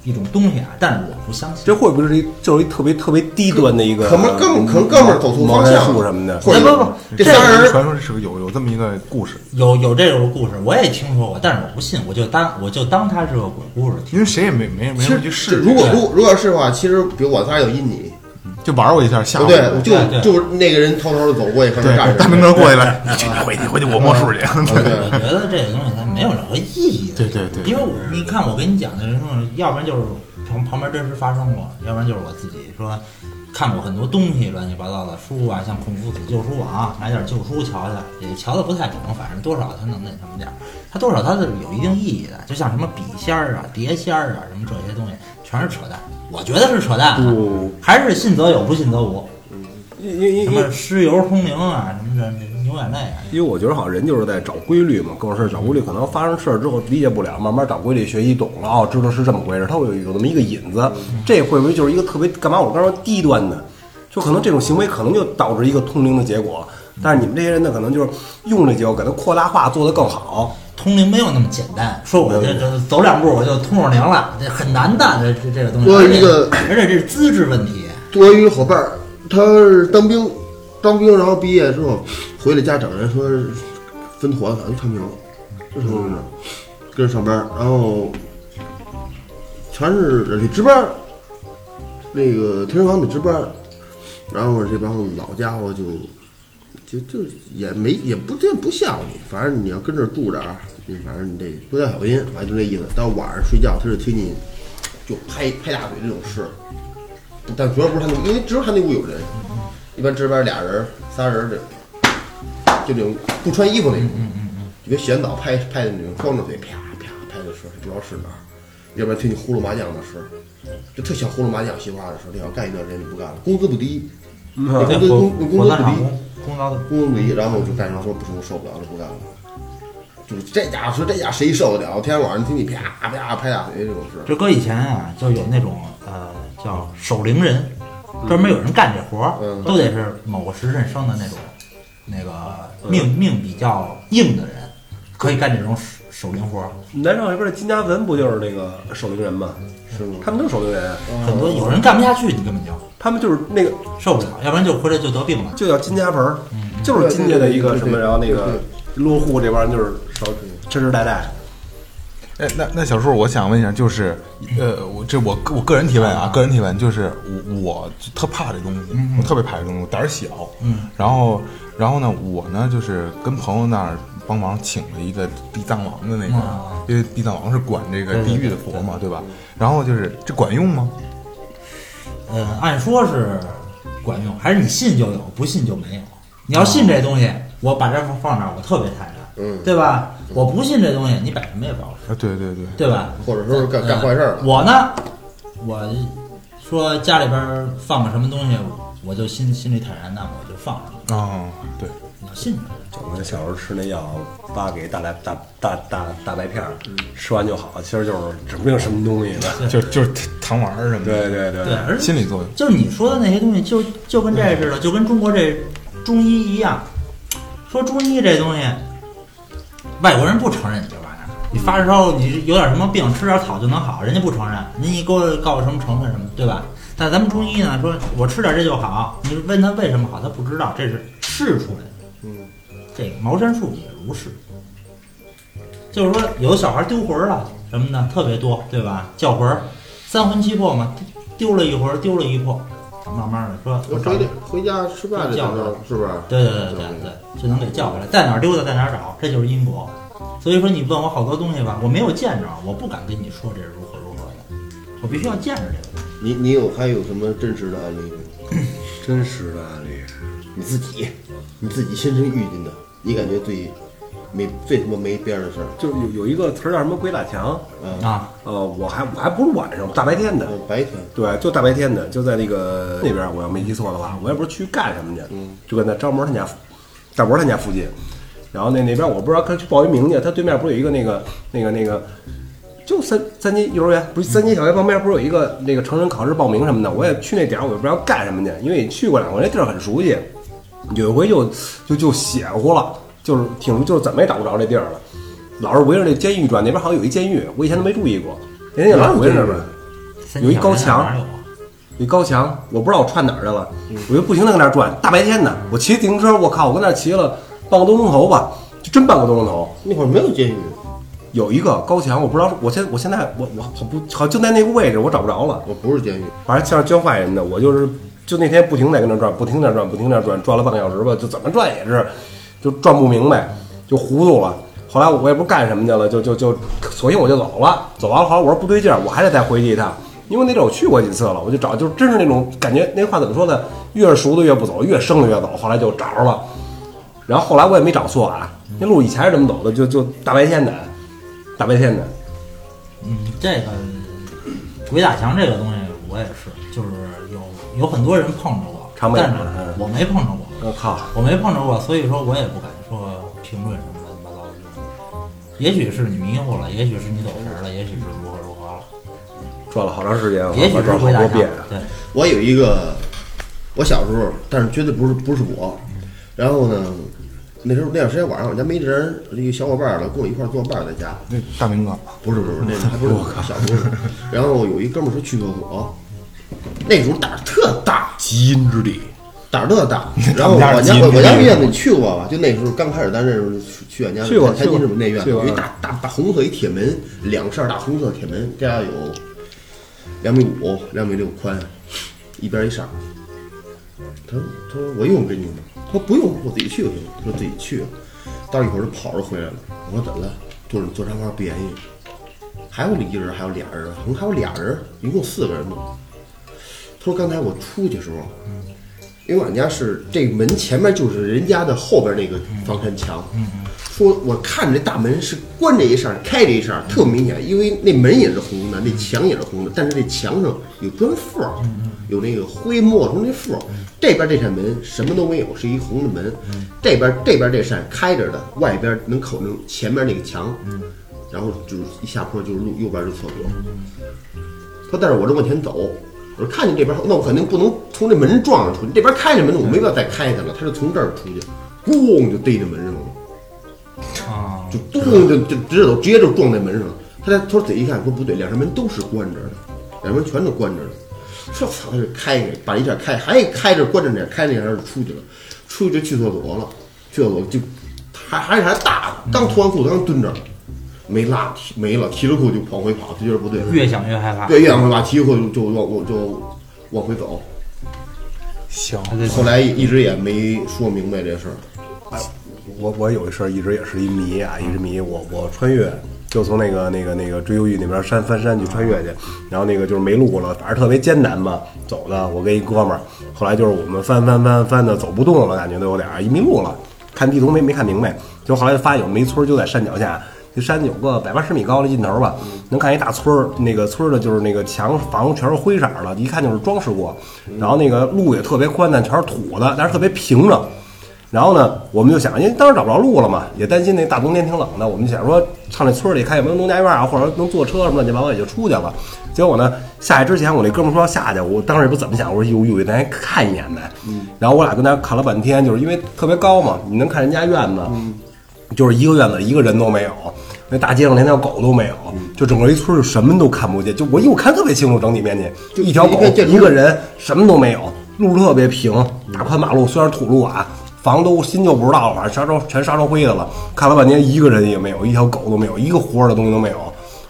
一种东西啊，但是我不相信。
这会不会是一就是一特别特别低端的一个？
可能更可能哥们儿走错
毛
方向
线术什么的，
或者
哎不不不
这
这
仨人
传说是有有这么一个故事，
有有这种故事，我也听说过，但是我不信，我就当我就当它是个鬼故事
因
听。
为谁也没没没
其
人
实
去试。
如果如果如果是的话，其实比如我仨有印你，
就玩我一下，吓
不
我一
对
下。，
对对
就就是那个人偷偷的走过去，可能
对
站着，
大明哥过去了，你去你回去回去，我摸数去。
对对
我觉得这个东西它没有任何意义。
对对对
因为我你看我跟你讲的这东西，要不然就是从旁边真实发生过，要不然就是我自己说看过很多东西，乱七八糟的书啊，像《孔夫子旧书网》啊，买点旧书瞧瞧，也瞧的不太懂，反正多少它能那什么点儿，它多少它是有一定意义的，就像什么笔仙儿啊、碟仙儿啊，什么这些东西全是扯淡，我觉得是扯淡、啊，还是信则有，不信则无。
因因因因
什么尸油通灵啊，什么的牛眼泪啊，
因为我觉得好像人就是在找规律嘛，各种事儿找规律，可能发生事儿之后理解不了，慢慢找规律，学习懂了，哦，知道是这么回事，他会有有那么一个引子，这会不会就是一个特别干嘛？我刚说低端的，就可能这种行为可能就导致一个通灵的结果，但是你们这些人呢，可能就是用这结果给它扩大化，做得更好。
通灵没有那么简单，说我这这走两步我就通上灵了，这很难的，这这这个东西。
我
而且
一个
而且这是资质问题。
我有一个伙伴儿，他是当兵，当兵然后毕业之后回了家，找人说分啊坨了，去唱名，这什么回事？跟着上班，然后全是得值班儿，那个停车场得值班儿，然后这帮老家伙就就就也没也不这不吓唬你，反正你要跟这儿住着啊，你反正你得多加小心，反正就那意思。到晚上睡觉，他就听你就拍拍大腿这种事。但主要不是他那屋，因为只有他那屋有人，一般值班俩人儿、仨人儿这种，就那种不穿衣服那种，就跟洗完澡拍拍的那种，光着腿啪啪拍的时候，不知道是哪儿，要不然听你呼噜麻将的事儿，就特像呼噜麻将西瓜的事儿，那要干一段时间就不干了，工资不低，你工资工工
火
工资
葬
不
场
低，
公道的
工资不低，然后我就干上说不行，我受不了了，不干了。就是这家伙说这家伙谁受得了？天天晚上听你啪啪拍大腿这种事儿，
这搁以前啊，就有那种呃叫守灵人，专门有人干这活儿，
嗯
都得是某个时辰生的那种，那
嗯
个命、命比较硬的人，可以干这种守守灵活儿。
南诏那边的金家文不就是那个守灵人吗？
是吗？
他们都是守灵人，
嗯
很多有人干不下去，你根本就
他们就是那个
受不了，要不然就回来就得病了。
就叫金家盆，就是金家的一个什么，然后那个落户这帮人就是守世世代代。
哎，那那小树，我想问一下，就是，呃，我这我个我个人提问啊，个人提问，就是我我就特怕这东西，我特别怕这东西，我胆儿小，嗯，然后然后呢，我呢就是跟朋友那儿帮忙请了一个地藏王的那个，因为地藏王是管这个地狱的佛啊嘛，对吧？然后就是这管用吗？
呃，按说是管用，还是你信就有，不信就没有。你要信这东西，我把这放放那儿，我特别坦然，
哦嗯
对吧？我不信这东西，你摆什么也不好使，
啊，对对对，
对吧？
或者说是干干坏事儿了
呃。我呢，我说家里边儿放个什么东西，我就心心里坦然，那我就放上。
哦，对，
你要信，
我们小时候吃那药，八给大白大大大大白片儿，吃完就好，其实就是指不定什么东西呢。
就就是糖丸儿什么的，
对对对
对，而且
心理作用，嗯
就是你说的那些东西就，就跟这似的，就跟中国这中医一样，说中医这东西，外国人不承认你这玩意儿。你发烧，你有点什么病，吃点草就能好，人家不承认。您一给我告诉什么成分什么，对吧？但咱们中医呢，说我吃点这就好。你问他为什么好，他不知道，这是试出来的。嗯，这个茅山术也如是，就是说有小孩丢魂儿了什么的特别多，对吧？叫魂儿，三魂七魄嘛，丢了一魂儿，丢了一魄，慢慢的说，
我
我找
回回家吃饭去，是不是？
对对对对对，就能给叫回来，在哪儿丢的在哪儿找，这就是因果。所以说你问我好多东西吧，我没有见着，我不敢跟你说这是如何如何的，我必须要见着这个东西。
你你有还有什么真实的案例吗？
真实的案例。
你自己，你自己亲身遇见的，你感觉最没最他妈没边儿的事儿？
就有有一个词儿叫什么“鬼打墙
嗯，
啊，”，
呃，我还我还不是晚上，大白天的，
呃白天
对，就大白天的，就在那个那边，我要没记错的话，我也不是去干什么去，就跟那张博他家，大博他家附近，然后那那边我不知道他去报一名去，他对面不是有一个那个那个那个，就三三金幼儿园，不是三金小学旁边不是有一个那个成人考试报名什么的，我也去那点儿，我也不知道干什么去，因为也去过两回，那地儿很熟悉，有一回就就就邪乎了，就是挺就是怎么也找不着这地儿了，老是围着那监狱转，那边好像有一监狱，我以前都没注意过，人家老是围着那边。有一高墙
哪有啊？
那高墙，我不知道我串哪儿去了，我就不停的搁那儿转，大白天的，我骑自行车，我靠，我跟那儿骑了半个多钟头吧，就真半个多钟头。
那会儿没有监狱，
有一个高墙，我不知道是，我现我现在我我好不好就在那个位置，我找不着了。
我不是监狱，
反正像教坏人的，我就是就那天不停在跟那转，不停在那转，不停在那转，转了半个小时吧，就怎么转也是就转不明白，就糊涂了。后来我也不知道干什么去了，就就就索性我就走了。走完了，后来我说不对劲儿，我还得再回去一趟，因为那地儿我去过几次了，我就找，就真是那种感觉，那话怎么说呢？越是熟的越不走，越生的越走。后来就找着了，然后后来我也没找错啊，那路以前是这么走的，就就大白天的，大白天的，
嗯，这个鬼打墙这个东西，我也是，就是有有很多人碰着过，
常备
但是
嗯
我没碰着过，
我靠，
我没碰着过，所以说我也不敢说评论什么乱七八糟的东西。也许是你迷糊了，也许是你走神儿了，也许是如何如何了，
转了好长时间，
也许
我
是
转了好
鬼打
多
墙。
遍。
对，
我有一个，我小时候，但是绝对不是不是我。然后呢，那时候那段时间晚上，我家没人，一个小伙伴儿了，跟我一块儿作伴儿在家。
那大明哥，
不是不是不是， 那还不是我小时候。然后有一哥们儿说去厕所，那时候胆儿特大，
极阴之地，
胆儿特大。然后
他们家是
我家
基因
我我家
里
院子你去过吧？就那时候刚开始咱认识去俺家
去过
天
去
津市
过
那院子
去过
有一大大大红色一铁门，两扇大红色铁门，这家有两米五、两米六宽，一边一扇。他说他说我用跟你吗？他说不用，我自己去就行。他说自己去，到一会儿就跑着回来了。我说怎么了？就是坐沙发不言语。还有一个人，还有俩人，好像还有俩人，一共四个人呢。他说刚才我出去的时候，因为俺家是这门前面就是人家的后边那个防尘墙，说我看着这大门是关着一扇，开着一扇，特明显，因为那门也是红的，那墙也是红的，但是那墙上有砖缝儿，有那个灰墨从那缝儿，这边这扇门什么都没有，是一红的门，这边这边这扇开着的，外边能口能前面那个墙，然后就是一下坡就是路，右边就是厕所。他说但是我这往前走，我说看见这边，那我肯定不能从这门撞上出去，这边开着门，我没必要再开它了，他就从这儿出去，咣就逮着门上了，
啊、
就咚就就直接走，直接就撞在门上了。他在他说仔细一看，说不对，两扇门都是关着的，两扇门全都关着的。说操，他是开开，把一下开，还开着关着点，开那下就出去了，出去就去厕所了，去厕所就还还还大的，刚脱完裤子刚蹲着，没拉提没了，提着裤子就往回跑，他觉得不对，
越想越害怕。
对，越往回拉，提着裤子就就往我就往回走。
行，
对，
后来一直也没说明白这事儿。
我我有一事儿一直也是一迷啊，一直迷。我我穿越就从那个那个那个追幽域那边山翻山去穿越去，然后那个就是没路了，反正特别艰难嘛，走的。我跟一哥们儿，后来就是我们翻翻翻翻的走不动了，感觉都有点儿一迷路了，看地图没没看明白，就后来发现有梅村就在山脚下。这山有个百八十米高的尽头吧，能看一大村儿。那个村儿的就是那个墙房全是灰色儿的，一看就是装饰过。然后那个路也特别宽，但全是土的，但是特别平整。然后呢，我们就想，因为当时找不着路了嘛，也担心那大冬天挺冷的，我们想说上那村里看有没有农家院啊，或者能坐车什么乱七八糟也就出去了。结果呢，下去之前我那哥们说要下去，我当时也不怎么想，我说呦呦，咱还看一眼呗。然后我俩跟那儿看了半天，就是因为特别高嘛，你能看人家院子，就是一个院子一个人都没有，那大街上连条狗都没有，就整个一村儿就什么都看不见。就我因为我看特别清楚整体面积，
就
一条狗
一个建筑
一个人什么都没有，路特别平，大宽马路虽然土路啊，房都新旧不知道了，反正沙洲全沙洲灰的了。看了半天一个人也没有，一条狗都没有，一个活着的东西都没有。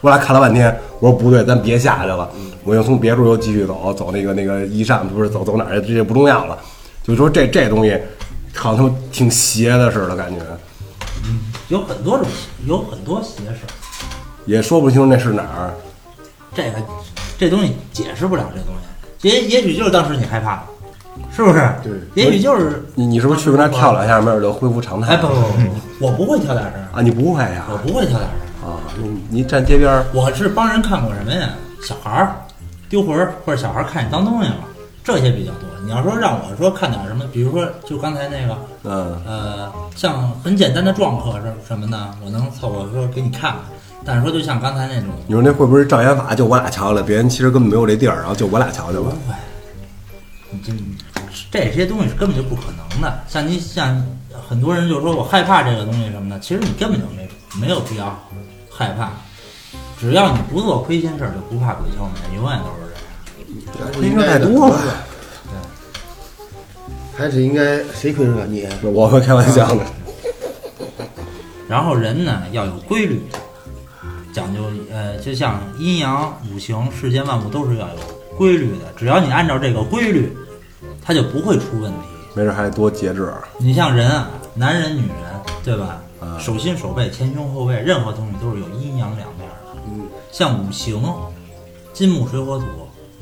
我俩看了半天，我说不对，咱别下去了，我又从别处又继续走，走那个那个一扇不是走走哪儿去，这不重要了。就说这这东西，好像他妈挺邪的似的感觉。
有很多种，有很多邪事儿。
也说不清楚那是哪儿。
这个这东西解释不了，这东西也也许就是当时你害怕了，是不是？
对
也许就是
你你是不是去跟他跳两下，没准就恢复常态
哎不
了？
不不不，我不会跳大绳儿，
啊，你不会
我
呀？
不会跳大绳儿，
啊，你你站街边儿，
我是帮人看过什么呀？小孩儿丢魂儿，或者小孩儿看你当东西了，这些比较多。你要说让我说看点什么，比如说就刚才那个
嗯，
呃，像很简单的撞客是什么呢？我能凑合说给你看看，但是说就像刚才那种，
你说那会不会是障眼法？就我俩瞧瞧，别人其实根本没有这地儿，然后就我俩瞧瞧吧。
你这这些东西是根本就不可能的。像你像很多人就说我害怕这个东西什么的，其实你根本就没没有必要害怕，只要你不做亏心事儿，就不怕鬼敲门，永远都是这样。
亏心事儿太多了，
还是应该谁亏着你？
我会开玩笑的。
然后人呢要有规律，讲究呃，就像阴阳五行，世间万物都是要有规律的。只要你按照这个规律，它就不会出问题。
没事还得多节制。
你像人啊，男人、女人，对吧？手心手背、前胸后背，任何东西都是有阴阳两面的。嗯，像五行，金木水火土，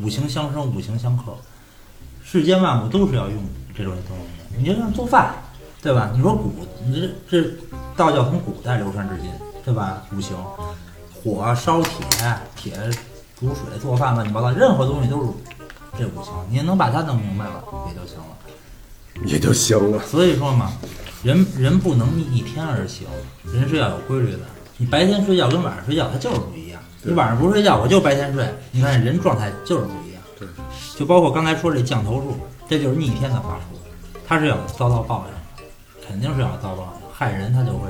五行相生，五行相克，世间万物都是要用这种东西的。你就像做饭，对吧？你说古，你这这道教从古代流传至今，对吧？五行，火啊烧铁，铁煮水做饭，乱七八糟，任何东西都是这五行。你能把它弄明白了，也就行了。
也就行了。
所以说嘛，人人不能逆天而行，人是要有规律的。你白天睡觉跟晚上睡觉，它就是不一样。你晚上不睡觉，我就白天睡，你看人状态就是不一样。对，就包括刚才说这降头术，这就是逆天的法术，它是要遭到报应的，肯定是要遭报应的，害人他就会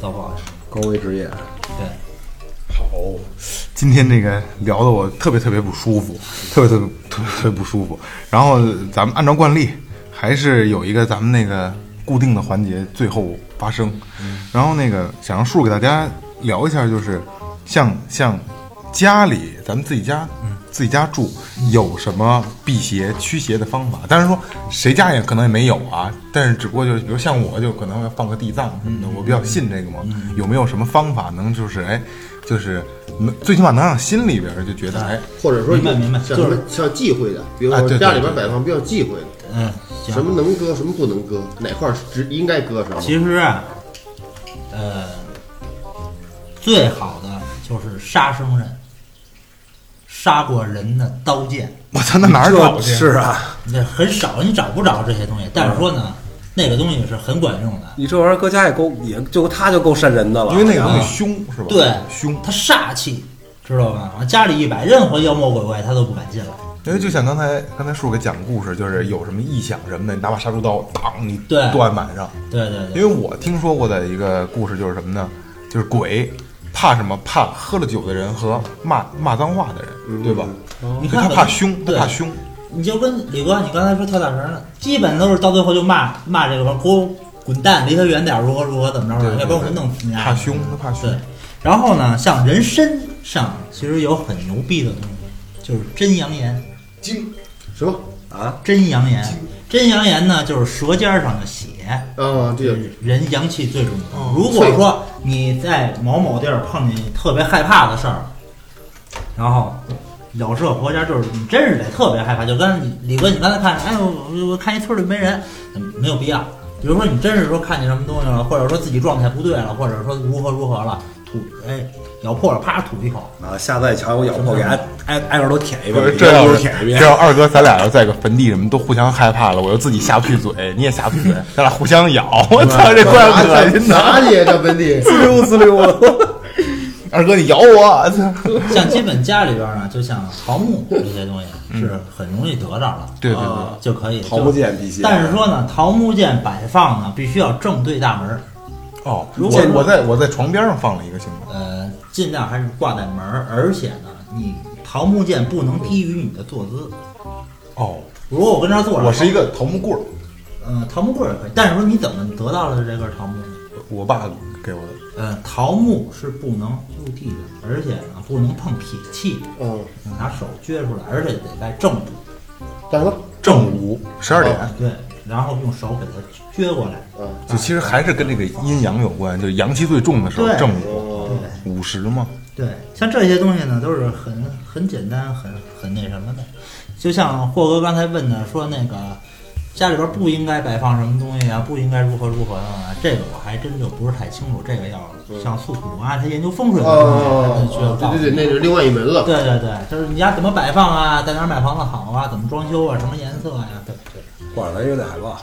遭报应。
高危职业，
对，
好，今天这个聊的我特别特别不舒服，特别特别特别特别不舒服。然后咱们按照惯例，还是有一个咱们那个固定的环节，最后发声。然后那个想让树给大家聊一下，就是像像家里咱们自己家。自己家住有什么辟邪驱邪的方法？当然说谁家也可能也没有啊，但是只不过就是比如像我就可能要放个地藏什么的，我比较信这个嘛。有没有什么方法能就是哎，就是能最起码能让心里边儿就觉得哎，
或者说
明白明白
像
就
什
是
么像忌讳的，比如
啊对对
说家里边
对
摆放比较忌讳的，
嗯，行。
什么能搁，什么不能搁，哪块儿只应该搁什么。
其实啊，呃，最好的就是杀生刃，杀过人的刀剑，
我操，那哪儿找去？
是啊，
那很少，你找不着这些东西。但是说
嗯
呢，那个东西是很管用的，
你这玩意儿搁家也够，也就他就够瘆人的了。
因为那个东西凶是吧？
对，
凶。
它煞气，知道吧？往家里一摆，任何妖魔鬼怪他都不敢进来。
因为就像刚才刚才树给讲故事，就是有什么异响什么的，你拿把杀猪刀，当你
对
断晚上。
对对
因
对，
为我听说过的一个故事就是什么呢？就是鬼怕什么？怕喝了酒的人和骂骂脏话的人，对吧？所
你
以
看
哦他
吧
怕凶，他
对
怕凶。
你就跟李哥，你刚才说跳大神了，基本都是到最后就骂骂这个玩意儿给我滚蛋，离他远点儿，如何如何怎么着
对
的，
对
要不然我就弄死你啊！
怕凶，他怕凶
对。，然后呢，像人身上其实有很牛逼的东西，就是真阳盐。
精
什么
啊，
真阳盐，真阳盐呢，就是舌尖上的血，
啊？这个
人阳气最重要。如果说你在某某地儿碰见特别害怕的事儿，然后有事婆家就是你真是得特别害怕，就跟李哥你刚才看，哎我我我看一村里没人，没有必要。比如说你真是说看见什么东西了，或者说自己状态不对了，或者说如何如何了，吐哎咬破了啪吐一口，
啊，下次再瞧我咬破给挨挨挨个都舔一
不是
遍，
这要
一个都
是
舔一
这
遍。
要二哥咱俩要在个坟地什么都互相害怕了，我又自己下不去嘴，你也下不去嘴，咱俩互相咬， 我操，这怪恶心的。
哪里呀？这本地
滋溜滋溜 的，
二哥你咬我，操！
像基本家里边儿呢，就像桃木这些东西是很容易得着的，
对对对
啊
就可以就
桃木剑辟邪
但是说呢，桃木剑摆放呢，必须要正对大门儿，
哦，
如
我
果
我在我在床边上放了一个行吗？
呃，尽量还是挂在门儿，而且呢，你桃木剑不能低于你的坐姿。
哦，
如果我跟这儿坐着，
我是一个桃木棍儿，
呃桃木棍儿也可以，但是说你怎么得到了这根桃木呢？
我爸给我的。
呃，桃木是不能入地的，而且呢不能碰脾气，
嗯，
你拿手撅出来，而且得在正步。
干什么？
正午十二点。
啊，对，然后用手给它撅过来，
啊，
就其实还是跟这个阴阳有关，就是阳气最重的时候
对
正午
哦，
午时嘛。
对，像这些东西呢，都是很很简单、很很那什么的。就像霍哥刚才问的，说那个家里边不应该摆放什么东西啊，不应该如何如何啊，这个我还真就不是太清楚。这个要像素土啊，他研究风水的东西，啊他就需要
嗯哦，
告诉
对
你
对对，那是另外一门 了。
对对对，就是你家怎么摆放啊，在哪儿买房子好啊，怎么装修啊，什么颜色呀、对对。
挂上咱乐队海报，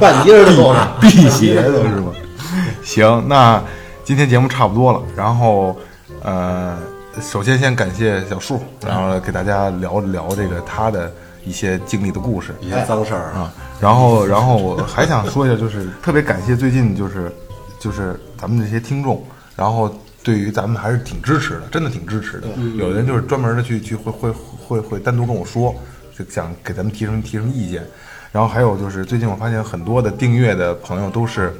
半截儿都够 了。
辟邪的是吗？ 行，那今天节目差不多了，然后呃，首先先感谢小树，然后给大家聊聊这个他的一些经历的故事
一些脏事儿
啊，然后然后我还想说一下，就是特别感谢最近就是就是咱们这些听众，然后。对于咱们还是挺支持的，真的挺支持的。
嗯
有的人就是专门的去去会会会会单独跟我说，就想给咱们提什么提什么意见。然后还有就是最近我发现很多的订阅的朋友都是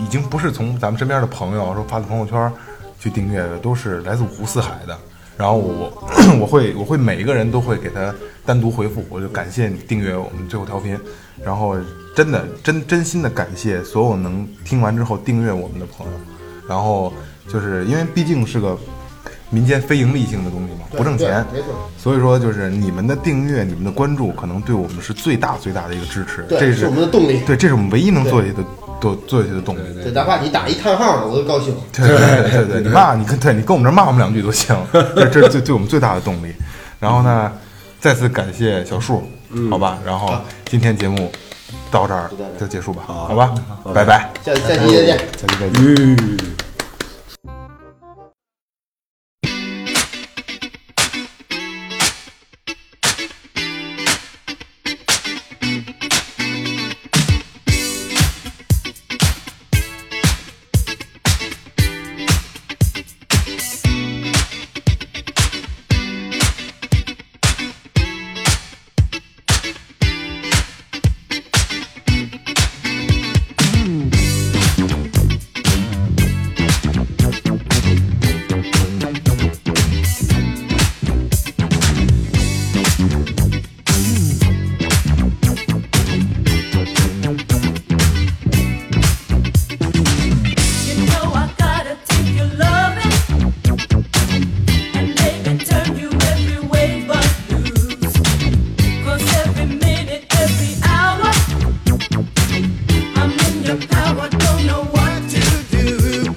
已经不是从咱们身边的朋友说发的朋友圈去订阅的，都是来自五湖四海的。然后我 我会我会每一个人都会给他单独回复，我就感谢你订阅我们最后调频，然后真的真真心的感谢所有能听完之后订阅我们的朋友，然后就是因为毕竟是个民间非盈利性的东西嘛，不挣钱，
对没错
所以说就是你们的订阅、你们的关注，可能对我们是最大最大的一个支持，
对
这
是我们的动力
对，这是我们唯一能做下去的做做下去的动力。
对，哪怕你打一叹号呢，我都高兴。
对对对对，你骂你跟对你跟我们这儿骂我们两句都 行，这这是对对我们最大的动力。然后呢，再次感谢小树，
嗯
好吧，然后今天节目到这儿就结束吧，好吧，拜拜，
下下期再见。
下期再见。
You know I gotta take your lovin' and make it turn you every way but loose. 'Cause every minute, every hour, I'm in your power, don't know what to do.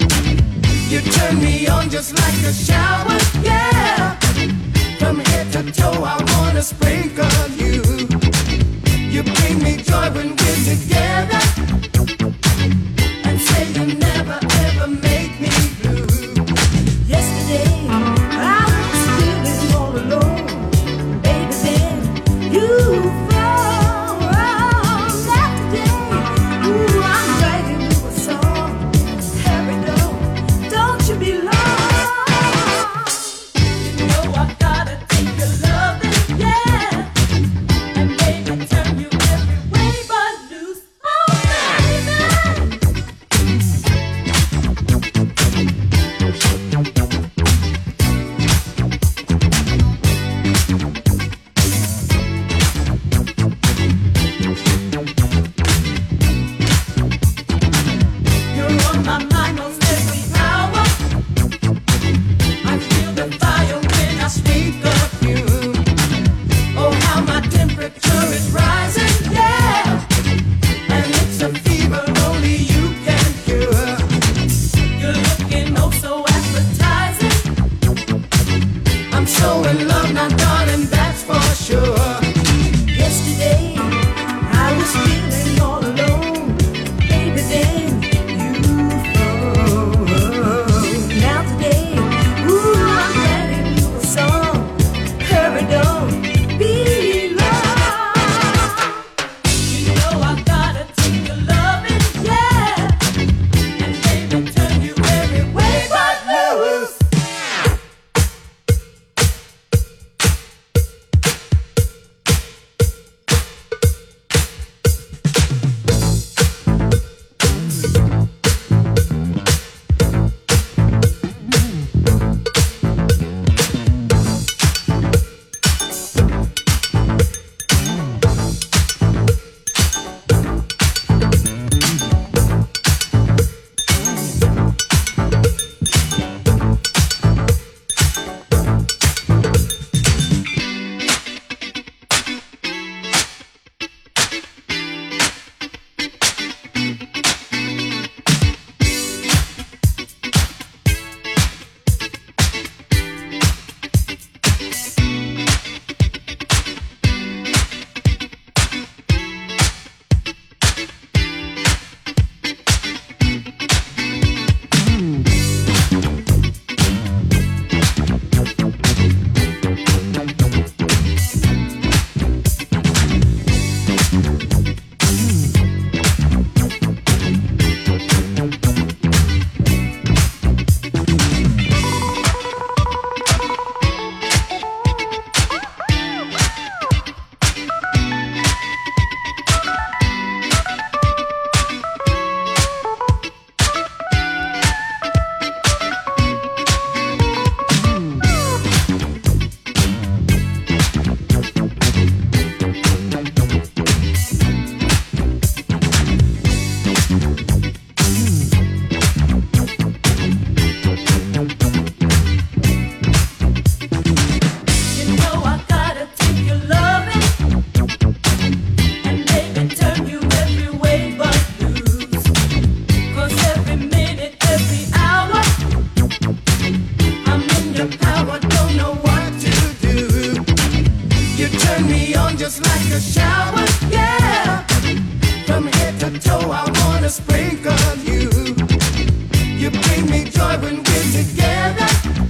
You turn me on just like a shower, yeah. From head to toe, I wanna sprinkle you. You bring me joy when we're together and say you never ever make me blue. Yesterday I was feeling all alone, baby. Then you found that day. Ooh, I'm writing you a song. Here we go. Don't you be lost. You know I gotta take your loving, yeah. And baby, turn you every way but loose. Oh, baby. You're on my mind most every hour. I feel the fire when I speak of you. Oh, how my temperature is rising, yeah. And it's a fever only you can cure. You're looking oh so appetizing. I'm so in love now, darling, that's for sure. Yesterday, I was feeling all alone. Baby, then you phoned. Now today, ooh, I'm writing you a song. Hurry, don't be long. You know I gotta take your loving, yeah. And baby, turn you every way but loose. turn me on just like a shower, yeah. From head to toe, I wanna sprinkle you. You bring me joy when we're together.